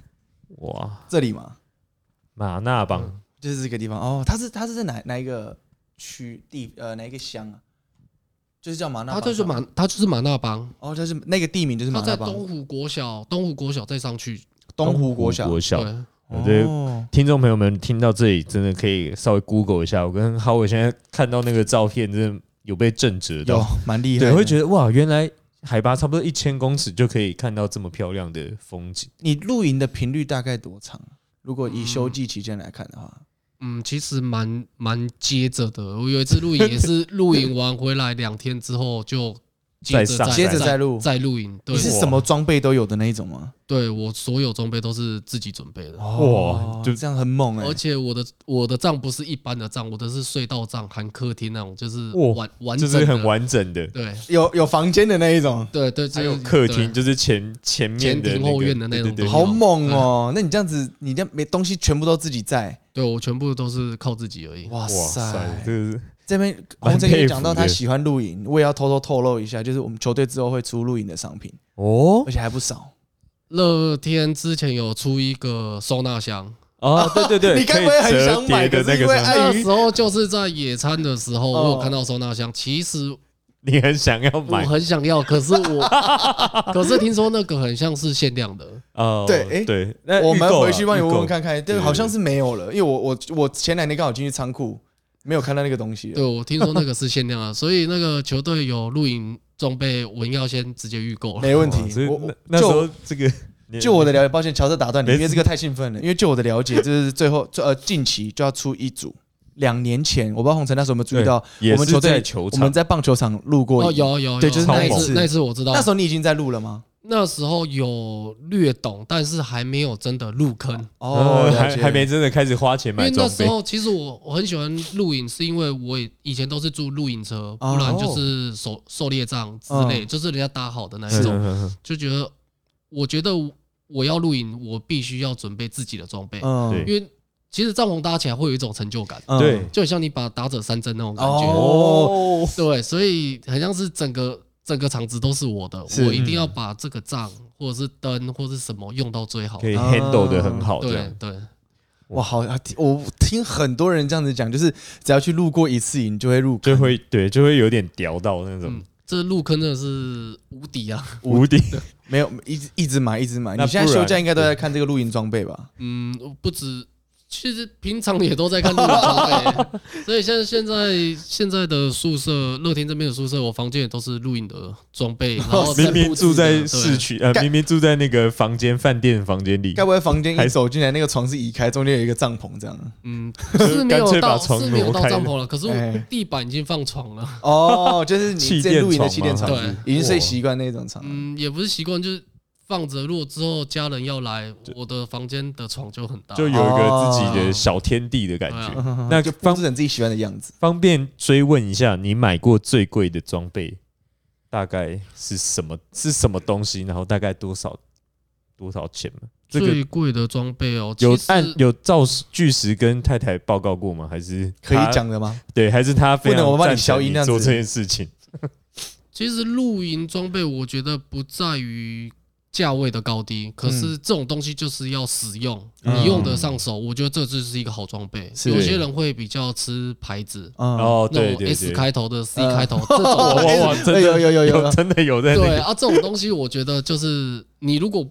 [SPEAKER 1] 哇，
[SPEAKER 2] 这里嘛，
[SPEAKER 1] 马那邦
[SPEAKER 2] 就是这个地方哦。它是它是在哪哪一个区地呃哪一个乡啊？就是叫马纳
[SPEAKER 4] 它
[SPEAKER 2] 邦，
[SPEAKER 4] 就是马，它就是马那邦，
[SPEAKER 2] 哦，就是那个地名就是马
[SPEAKER 4] 它
[SPEAKER 2] 纳
[SPEAKER 4] 在
[SPEAKER 2] 邦
[SPEAKER 4] 东湖国小，东湖国小再上去，
[SPEAKER 2] 东湖国小
[SPEAKER 1] 小，国小。
[SPEAKER 4] 对，
[SPEAKER 1] 我觉得
[SPEAKER 2] 哦，
[SPEAKER 1] 听众朋友们听到这里，真的可以稍微 Google 一下。我跟浩伟现在看到那个照片，真的有被震折
[SPEAKER 2] 有
[SPEAKER 1] 到，
[SPEAKER 2] 蛮厉害的。
[SPEAKER 1] 对，会觉得哇，原来海拔差不多一千公尺就可以看到这么漂亮的风景。
[SPEAKER 2] 你露营的频率大概多长？啊如果以休季期间来看的话，
[SPEAKER 4] 嗯，其实蛮蛮接着的。我有一次露营也是露营完回来两天之后就接
[SPEAKER 1] 再
[SPEAKER 4] 着
[SPEAKER 1] 上
[SPEAKER 4] 再
[SPEAKER 2] 接着再
[SPEAKER 4] 再
[SPEAKER 2] 录，
[SPEAKER 4] 再露营，对
[SPEAKER 2] 你是什么装备都有的那一种吗？
[SPEAKER 4] 对我所有装备都是自己准备的，
[SPEAKER 2] 哦
[SPEAKER 1] 哇就
[SPEAKER 2] 这样很猛哎、
[SPEAKER 4] 而且我的我的帐不是一般的帐，我的是隧道帐，含客厅那种，就是
[SPEAKER 1] 哇
[SPEAKER 4] 完完
[SPEAKER 1] 就
[SPEAKER 4] 整
[SPEAKER 1] 是
[SPEAKER 4] 的，
[SPEAKER 1] 很完整的，
[SPEAKER 4] 对
[SPEAKER 2] 有有房间的那一种，
[SPEAKER 4] 对对，
[SPEAKER 1] 还
[SPEAKER 4] 只
[SPEAKER 1] 有客厅，
[SPEAKER 4] 对
[SPEAKER 1] 就是前前面的那
[SPEAKER 4] 前庭
[SPEAKER 1] 个
[SPEAKER 4] 后院的那种
[SPEAKER 1] 对对对
[SPEAKER 4] 有
[SPEAKER 2] 好猛哦！那你这样子，你这样没东西全部都自己在，
[SPEAKER 4] 对我全部都是靠自己而已。
[SPEAKER 2] 哇
[SPEAKER 1] 哇塞，这个
[SPEAKER 2] 塞！
[SPEAKER 1] 是
[SPEAKER 2] 这边洪
[SPEAKER 1] 蛮
[SPEAKER 2] 晨也
[SPEAKER 1] 佩
[SPEAKER 2] 讲
[SPEAKER 1] 服
[SPEAKER 2] 到他
[SPEAKER 1] 的
[SPEAKER 2] 喜欢露营，我也要偷偷透露一下，就是我们球队之后会出露营的商品，
[SPEAKER 1] 哦
[SPEAKER 2] 而且还不少。
[SPEAKER 4] 乐天之前有出一个收纳箱，
[SPEAKER 1] 哦，对对对，
[SPEAKER 2] 你该不会很想买
[SPEAKER 1] 可以折叠的那
[SPEAKER 2] 可是因为
[SPEAKER 1] 个商
[SPEAKER 2] 碍
[SPEAKER 1] 品？
[SPEAKER 4] 那时候就是在野餐的时候，
[SPEAKER 2] 哦
[SPEAKER 4] 我有看到收纳箱，其实
[SPEAKER 1] 你很想要
[SPEAKER 4] 我
[SPEAKER 1] 买
[SPEAKER 4] 很想要，可是 我可是听说那个很像是限量的，
[SPEAKER 1] 哦，
[SPEAKER 2] 对诶
[SPEAKER 1] 对，那
[SPEAKER 2] 我
[SPEAKER 1] 预
[SPEAKER 2] 们
[SPEAKER 1] 购啊
[SPEAKER 2] 回去帮你问
[SPEAKER 1] 预
[SPEAKER 2] 问
[SPEAKER 1] 购
[SPEAKER 2] 看看，对，
[SPEAKER 1] 对
[SPEAKER 2] 好像是没有了，因为我我我前两天刚好进去仓库，没有看到那个东西了。
[SPEAKER 4] 对我听说那个是 限量的，啊所以那个球队有露营装备，我应该要先直接预购了。
[SPEAKER 2] 没问
[SPEAKER 1] 哇
[SPEAKER 2] 题。
[SPEAKER 1] 哦所以
[SPEAKER 2] 我
[SPEAKER 1] 那
[SPEAKER 2] 我
[SPEAKER 1] 那时
[SPEAKER 2] 就
[SPEAKER 1] 候这个，
[SPEAKER 2] 就我的了解，抱歉，乔治打断你，
[SPEAKER 1] 没
[SPEAKER 2] 因
[SPEAKER 1] 事
[SPEAKER 2] 为这个太兴奋了。因为就我 的了解，就是最后最呃近期就要出一组。两年前，我不知道红尘那时候有没有注意到，
[SPEAKER 1] 对
[SPEAKER 2] 我们
[SPEAKER 1] 也是
[SPEAKER 2] 球队
[SPEAKER 1] 在球
[SPEAKER 2] 我
[SPEAKER 1] 场
[SPEAKER 2] 们在棒球场路过
[SPEAKER 4] 哦，
[SPEAKER 2] 瘾。
[SPEAKER 4] 有有有，
[SPEAKER 2] 对就是
[SPEAKER 1] 那一
[SPEAKER 4] 一
[SPEAKER 2] 次
[SPEAKER 4] 次，那一次我知道。
[SPEAKER 2] 那
[SPEAKER 4] 那
[SPEAKER 2] 时候你已经在录了吗？
[SPEAKER 4] 时候有略懂，但是还没有真的入坑。
[SPEAKER 2] 哦，
[SPEAKER 1] 呃
[SPEAKER 2] 了
[SPEAKER 1] 还
[SPEAKER 2] 解
[SPEAKER 1] 还没真的开始花钱
[SPEAKER 4] 因为
[SPEAKER 1] 买
[SPEAKER 4] 那
[SPEAKER 1] 装
[SPEAKER 4] 时
[SPEAKER 1] 备，
[SPEAKER 4] 候其实我我很喜欢露营，是因为我也以前都是住露营车，
[SPEAKER 2] 哦嗯
[SPEAKER 4] 不然就是狩狩猎帐之类，就是人家搭好的那一
[SPEAKER 1] 嗯
[SPEAKER 4] 种，
[SPEAKER 1] 嗯嗯
[SPEAKER 4] 就觉得我觉得我要露营，我必须要准备自己的装备，
[SPEAKER 2] 嗯，
[SPEAKER 4] 因为其实帐篷搭起来会有一种成就感，
[SPEAKER 2] 嗯
[SPEAKER 1] 对
[SPEAKER 4] 就很像你把打者三针那种感觉。
[SPEAKER 2] 哦，
[SPEAKER 4] 对，所以很像是整个整个场子都是我的，
[SPEAKER 2] 是
[SPEAKER 4] 我一定
[SPEAKER 1] 嗯
[SPEAKER 4] 要把这个帐或者是灯或者是什么用到最好。
[SPEAKER 1] 可以
[SPEAKER 2] 啊
[SPEAKER 1] handle 的很好这
[SPEAKER 4] 对
[SPEAKER 1] 样。
[SPEAKER 4] 对，
[SPEAKER 2] 哇，好，我听很多人这样子讲，就是只要去路过一次瘾，就会入
[SPEAKER 1] 就
[SPEAKER 2] 坑，
[SPEAKER 1] 会对，就会有点屌到那种
[SPEAKER 4] 嗯，这入坑真的是无敌啊！
[SPEAKER 1] 无敌。
[SPEAKER 2] 没有一直一直买，一直买。
[SPEAKER 1] 那
[SPEAKER 2] 你现在
[SPEAKER 1] 不然
[SPEAKER 2] 休假应该都在看这个露营装备吧？
[SPEAKER 4] 嗯，不止，其实平常也都 在看这个装备，所以像现在现在的宿舍，乐天这边的宿舍，我房间也都是露营的装备，然后再
[SPEAKER 1] 明明
[SPEAKER 4] 布置
[SPEAKER 1] 住在
[SPEAKER 4] 的
[SPEAKER 1] 市。区，呃，
[SPEAKER 2] 干
[SPEAKER 1] 明明住在那个房间饭店房间里
[SPEAKER 2] 该，不会房间一
[SPEAKER 1] 还
[SPEAKER 2] 走进来，那个床是移开，中间有一个帐篷这 样？
[SPEAKER 4] 对嗯，是没
[SPEAKER 1] 干
[SPEAKER 4] 有
[SPEAKER 1] 脆把
[SPEAKER 4] 到
[SPEAKER 1] 床
[SPEAKER 4] 是没有
[SPEAKER 1] 挪
[SPEAKER 4] 到
[SPEAKER 1] 开
[SPEAKER 4] 帐篷了，可是我
[SPEAKER 2] 哎
[SPEAKER 4] 地板已经放床了。
[SPEAKER 2] 哦，就是你之
[SPEAKER 1] 气
[SPEAKER 2] 前
[SPEAKER 1] 垫
[SPEAKER 2] 露营的
[SPEAKER 1] 床
[SPEAKER 2] 气垫床
[SPEAKER 1] 吗，
[SPEAKER 4] 对
[SPEAKER 2] 已经睡习惯那种
[SPEAKER 1] 啊
[SPEAKER 2] 床。
[SPEAKER 4] 嗯，也不是习惯，就是放着。如果之后家人要来，我的房间的床就很大。
[SPEAKER 1] 就有一个自己的小天地的感
[SPEAKER 2] 嗯
[SPEAKER 4] 对
[SPEAKER 1] 觉。那
[SPEAKER 2] 哦就布
[SPEAKER 1] 方
[SPEAKER 2] 置成自己喜欢的样子。
[SPEAKER 1] 方便追问一下，你买过最贵的装备大概是什么？是什么东西？然后大概多少多少钱吗？这个
[SPEAKER 4] 最贵的装备哦，
[SPEAKER 1] 有
[SPEAKER 4] 其实
[SPEAKER 1] 按有照实据实跟太太报告过吗？还是
[SPEAKER 2] 可以
[SPEAKER 1] 她
[SPEAKER 2] 讲的吗？
[SPEAKER 1] 对？还是他非
[SPEAKER 2] 不能
[SPEAKER 1] 常
[SPEAKER 2] 我帮你
[SPEAKER 1] 赞
[SPEAKER 2] 消
[SPEAKER 1] 成
[SPEAKER 2] 音
[SPEAKER 1] 你
[SPEAKER 2] 那样
[SPEAKER 1] 做
[SPEAKER 2] 子
[SPEAKER 1] 这件事情？
[SPEAKER 4] 其实露营装备，我觉得不在于价位的高低，可是
[SPEAKER 1] 嗯
[SPEAKER 4] 这种东西就是要使用，
[SPEAKER 2] 嗯
[SPEAKER 4] 你用得上手，我觉得这就是一个好装备。
[SPEAKER 2] 是
[SPEAKER 4] 有些人会比较吃牌子，
[SPEAKER 2] 哦，
[SPEAKER 1] 哦，
[SPEAKER 4] 那
[SPEAKER 1] 对
[SPEAKER 4] 种
[SPEAKER 1] 对
[SPEAKER 4] S
[SPEAKER 1] 对，
[SPEAKER 4] 开头的、C
[SPEAKER 2] 嗯
[SPEAKER 4] 开头这
[SPEAKER 1] 哇
[SPEAKER 4] 种。
[SPEAKER 1] 哇哇，真的
[SPEAKER 2] 有有有有
[SPEAKER 1] 有真的有在那
[SPEAKER 4] 对
[SPEAKER 1] 个
[SPEAKER 4] 啊，这种东西我觉得就是你如果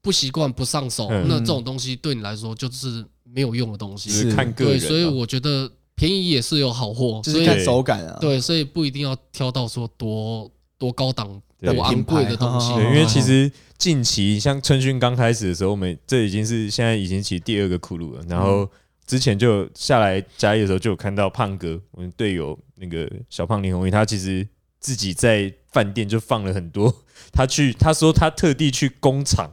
[SPEAKER 4] 不习惯不上手，
[SPEAKER 1] 嗯
[SPEAKER 4] 那这种东西对你来说就是没有用的东
[SPEAKER 1] 只
[SPEAKER 4] 西。
[SPEAKER 1] 是看个
[SPEAKER 4] 对，
[SPEAKER 1] 人啊，
[SPEAKER 4] 所以我觉得便宜也是有好货，
[SPEAKER 2] 就
[SPEAKER 4] 所
[SPEAKER 2] 是
[SPEAKER 4] 以
[SPEAKER 2] 看手感啊。，
[SPEAKER 4] 对，所以不一定要挑到说多多高档、
[SPEAKER 1] 对
[SPEAKER 4] 多昂贵
[SPEAKER 2] 品牌
[SPEAKER 4] 的东西。
[SPEAKER 2] 哦
[SPEAKER 1] 对，因为其实近期像春训刚开始的时候，我们这已经是现在已经其实第二个苦路了。然
[SPEAKER 2] 嗯
[SPEAKER 1] 后之前就有下来嘉义的时候，就有看到胖哥，我们队友那个小胖林宏毅，他其实自己在饭店就放了很多。他去他说他特地去工厂，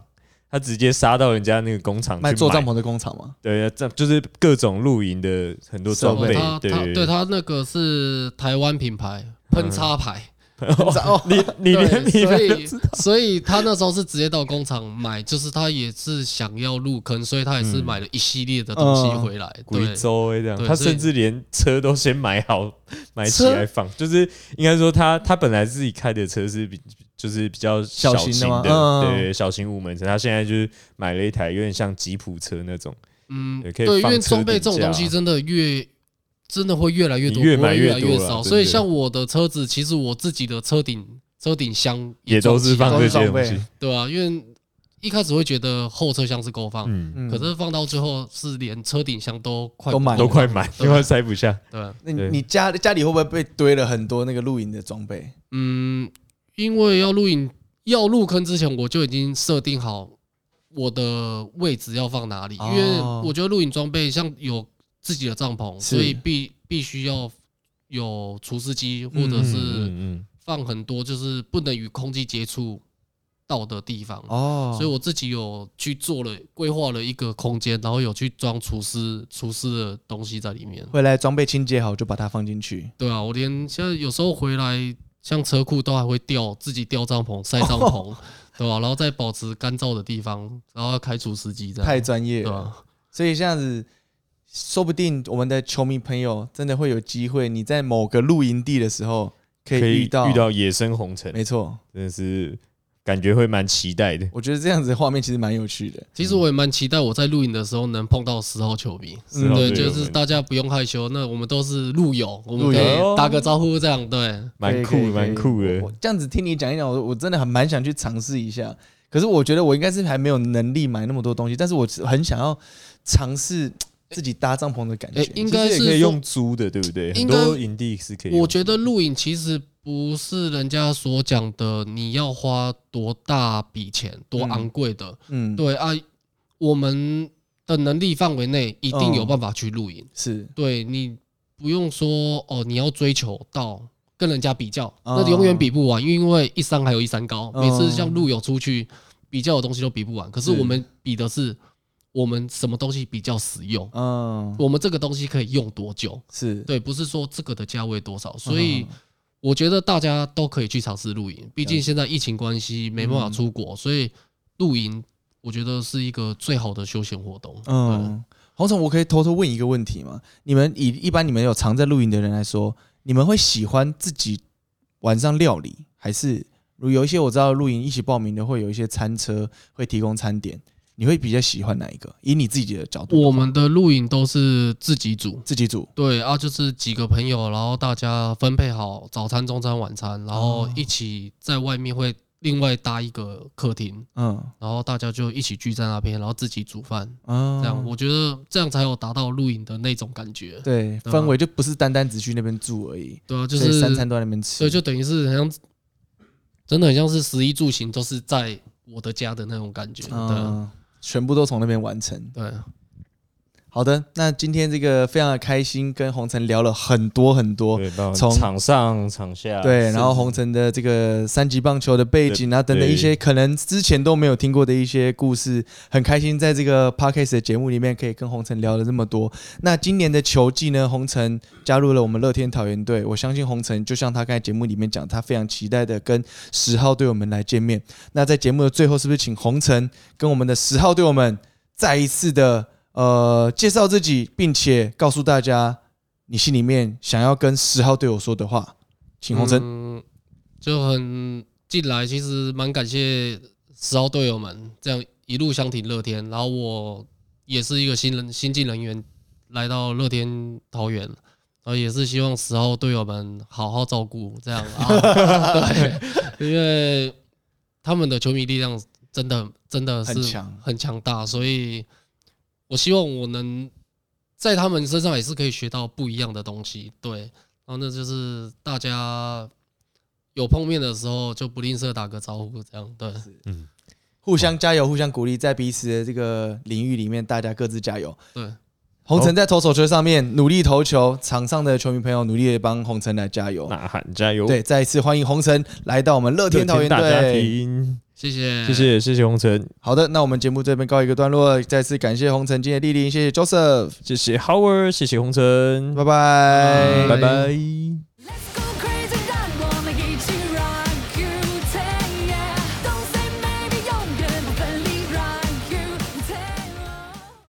[SPEAKER 1] 他直接杀到人家那个工厂去
[SPEAKER 2] 卖做帐
[SPEAKER 1] 篷，
[SPEAKER 2] 篷的工厂嘛。
[SPEAKER 1] 对，这就是各种露营的很多
[SPEAKER 2] 设
[SPEAKER 1] 装
[SPEAKER 2] 备
[SPEAKER 1] 备
[SPEAKER 4] 他，他
[SPEAKER 1] 对
[SPEAKER 4] 对他那个是台湾品牌喷叉牌，
[SPEAKER 2] 哦，
[SPEAKER 1] 你你连你
[SPEAKER 4] 对，所
[SPEAKER 1] 连
[SPEAKER 4] 以所以他那时候是直接到工厂买，就是他也是想要入坑，所以他也
[SPEAKER 1] 嗯
[SPEAKER 4] 是买了一系列的东西
[SPEAKER 2] 嗯
[SPEAKER 4] 回来。
[SPEAKER 1] 贵
[SPEAKER 4] 对，
[SPEAKER 1] 州哎，这样，
[SPEAKER 4] 对
[SPEAKER 1] 他
[SPEAKER 4] 所以
[SPEAKER 1] 甚至连车都先买好，买起来放，就是应该说他他本来自己开的车是比就是比较
[SPEAKER 2] 小型
[SPEAKER 1] 型
[SPEAKER 2] 的吗嗯
[SPEAKER 1] 对对，小型五门车，他现在就是买了一台有点像吉普车那种，
[SPEAKER 4] 嗯，
[SPEAKER 1] 也可以
[SPEAKER 4] 对，因
[SPEAKER 1] 放
[SPEAKER 4] 为
[SPEAKER 1] 车
[SPEAKER 4] 装备
[SPEAKER 1] 底
[SPEAKER 4] 这种
[SPEAKER 1] 架
[SPEAKER 4] 东西真的越真的会越来越
[SPEAKER 1] 你
[SPEAKER 4] 多，
[SPEAKER 1] 越
[SPEAKER 4] 不会
[SPEAKER 1] 买越
[SPEAKER 4] 越来越
[SPEAKER 1] 多啦
[SPEAKER 4] 少。
[SPEAKER 1] 对
[SPEAKER 4] 所以
[SPEAKER 1] 不对
[SPEAKER 4] 像我的车子，其实我自己的车顶车顶箱
[SPEAKER 1] 也都是
[SPEAKER 4] 装
[SPEAKER 1] 放
[SPEAKER 4] 起
[SPEAKER 1] 这
[SPEAKER 4] 来
[SPEAKER 1] 些东
[SPEAKER 2] 装
[SPEAKER 1] 西
[SPEAKER 2] 备，
[SPEAKER 4] 对啊，因为一开始会觉得后车厢是够放，
[SPEAKER 1] 嗯，
[SPEAKER 2] 嗯
[SPEAKER 4] 可是放到最后是连车顶箱都快
[SPEAKER 2] 都满
[SPEAKER 1] 都快满，
[SPEAKER 4] 对
[SPEAKER 1] 因为塞不下。
[SPEAKER 4] 对啊，
[SPEAKER 2] 那
[SPEAKER 1] 对
[SPEAKER 2] 你家家里会不会被堆了很多那个露营的装备？
[SPEAKER 4] 嗯，因为要录影要入坑之前，我就已经设定好我的位置要放哪里，
[SPEAKER 2] 哦
[SPEAKER 4] 因为我觉得录影装备像有自己的帐篷，
[SPEAKER 2] 是
[SPEAKER 4] 所以必必须要有除湿机或者
[SPEAKER 2] 嗯
[SPEAKER 4] 是
[SPEAKER 1] 嗯
[SPEAKER 4] 放很多就是不能与空气接触到的地方。
[SPEAKER 2] 哦
[SPEAKER 4] 所以我自己有去做了规划了一个空间，然后有去装厨师厨师的东西在里面。
[SPEAKER 2] 回来装备清洁好就把它放进去。
[SPEAKER 4] 对啊，我连现在有时候回来，像车库都还会吊自己吊帐篷、晒帐篷， 对吧、然后在保持干燥的地方，然后要开除湿
[SPEAKER 1] 啊
[SPEAKER 4] 机这样，
[SPEAKER 2] 太专业
[SPEAKER 4] 对
[SPEAKER 2] 了，
[SPEAKER 4] 吧、
[SPEAKER 2] 所以这样子，说不定我们的球迷朋友真的会有机会，你在某个露营地的时候可
[SPEAKER 1] 可以
[SPEAKER 2] 以遇到，
[SPEAKER 1] 遇到野生红尘，
[SPEAKER 2] 没错，
[SPEAKER 1] 真的是感觉会蛮期待的。
[SPEAKER 2] 我觉得这样子的画面其实蛮有趣的。
[SPEAKER 4] 其实我也蛮期待我在录影的时候能碰到十号球迷，
[SPEAKER 1] 是啊
[SPEAKER 2] 嗯
[SPEAKER 4] 对，
[SPEAKER 1] 对
[SPEAKER 4] 就是大家不用害羞，那我们都是路友，我们
[SPEAKER 2] 路
[SPEAKER 4] 可
[SPEAKER 2] 友
[SPEAKER 4] 以打个招呼这样，对，
[SPEAKER 1] 蛮酷
[SPEAKER 2] 可以可以
[SPEAKER 1] 蛮酷
[SPEAKER 2] 可以
[SPEAKER 1] 的
[SPEAKER 2] 我我这样子听你讲一讲，我我真的很蛮想去尝试一下。可是我觉得我应该是还没有能力买那么多东西，但是我是很想要尝试自己搭帐篷的感觉。
[SPEAKER 4] 诶应
[SPEAKER 1] 其实
[SPEAKER 4] 该
[SPEAKER 1] 也
[SPEAKER 4] 是
[SPEAKER 1] 可以
[SPEAKER 4] 说
[SPEAKER 1] 用租的，对不对？很
[SPEAKER 4] 应该
[SPEAKER 1] 多营地是可以用。
[SPEAKER 4] 我觉得录影其实不是人家所讲的你要花多大笔钱、多
[SPEAKER 2] 嗯
[SPEAKER 4] 昂贵的，
[SPEAKER 2] 嗯，
[SPEAKER 4] 对啊，我们的能力范围内一定有办法去录影。
[SPEAKER 2] 是
[SPEAKER 4] 嗯对你不用说哦，你要追求到跟人家比较，
[SPEAKER 2] 嗯
[SPEAKER 4] 那永远比不完，因为一山还有一山高。
[SPEAKER 2] 嗯
[SPEAKER 4] 每次像路友出去比较的东西都比不完，可是
[SPEAKER 2] 是
[SPEAKER 4] 我们比的是我们什么东西比较实用，
[SPEAKER 2] 嗯
[SPEAKER 4] 我们这个东西可以用多久？
[SPEAKER 2] 是嗯
[SPEAKER 4] 对，不是说这个的价位多少，所以。我觉得大家都可以去尝试露营，毕竟现在疫情关系没办法
[SPEAKER 2] 嗯
[SPEAKER 4] 出国，所以露营我觉得是一个最好的休闲活动。嗯，
[SPEAKER 2] 嗯，洪总，我可以偷偷问一个问题吗？你们以一般你们有常在露营的人来说，你们会喜欢自己晚上料理，还是如有一些我知道露营一起报名的会有一些餐车会提供餐点，你会比较喜欢哪一个？以你自己的角度的话，
[SPEAKER 4] 我们的露营都是自己煮，
[SPEAKER 2] 自己煮，
[SPEAKER 4] 对啊，就是几个朋友，然后大家分配好早餐、中餐、晚餐，然后
[SPEAKER 2] 哦
[SPEAKER 4] 一起在外面会另外搭一个客厅，
[SPEAKER 2] 嗯
[SPEAKER 4] 然后大家就一起聚在那边，然后自己煮饭，
[SPEAKER 2] 啊，
[SPEAKER 4] 这样我觉得这样才有达到露营的那种感觉。
[SPEAKER 2] 对
[SPEAKER 4] 嗯
[SPEAKER 2] 氛围就不是单单只去那边住而已，
[SPEAKER 4] 对啊，就
[SPEAKER 2] 所以
[SPEAKER 4] 是
[SPEAKER 2] 三餐都在那边吃，
[SPEAKER 4] 所以就等于是很像，真的很像是食衣住行都是在我的家的那种感觉。
[SPEAKER 2] 嗯，全部都从那边完成。
[SPEAKER 4] 对对，
[SPEAKER 2] 好的，那今天这个非常的开心，跟红尘聊了很多很多，
[SPEAKER 1] 对，包括
[SPEAKER 2] 从
[SPEAKER 1] 场上场下，
[SPEAKER 2] 对，然后
[SPEAKER 1] 甚至
[SPEAKER 2] 红尘的这个三级棒球的背景啊，
[SPEAKER 1] 对
[SPEAKER 2] 等等一
[SPEAKER 1] 对
[SPEAKER 2] 些可能之前都没有听过的一些故事，很开心在这个 podcast 的节目里面可以跟红尘聊了这么多。那今年的球季呢，红尘加入了我们乐天桃园队，我相信红尘就像他刚才节目里面讲，他非常期待的跟十号队友们来见面。那在节目的最后，是不是请红尘跟我们的十号队友们再一次的呃介绍自己，并且告诉大家你心里面想要跟十号队友说的话？请红尘。
[SPEAKER 4] 嗯，就很进来，其实蛮感谢十号队友们这样一路相挺乐天，然后我也是一个新人新进人员来到乐天桃园。然后也是希望十号队友们好好照顾，这样 啊，对，因为他们的球迷力量真的真的是
[SPEAKER 2] 很强
[SPEAKER 4] 很强大，所以我希望我能在他们身上也是可以学到不一样的东西。对，然后那就是大家有碰面的时候就不吝啬打个招呼，这样对。
[SPEAKER 2] 互相加油，互相鼓励，在彼此的这个领域里面，大家各自加油。
[SPEAKER 4] 对，
[SPEAKER 2] 红尘在投手球上面努力投球，场上的球迷朋友努力的帮红尘来加油。
[SPEAKER 1] 呐喊加油，
[SPEAKER 2] 对，再一次欢迎红尘来到我嗯们乐天桃园
[SPEAKER 1] 大家
[SPEAKER 2] 队。
[SPEAKER 1] 庭，
[SPEAKER 4] 谢谢，
[SPEAKER 1] 谢，谢谢谢红尘，
[SPEAKER 2] 好的，那我们节目这边告一个段落，再次感谢红尘今天的莅临，谢谢 Joseph，
[SPEAKER 1] 谢谢 Howard，谢谢红尘，
[SPEAKER 2] 拜拜，
[SPEAKER 1] 拜拜。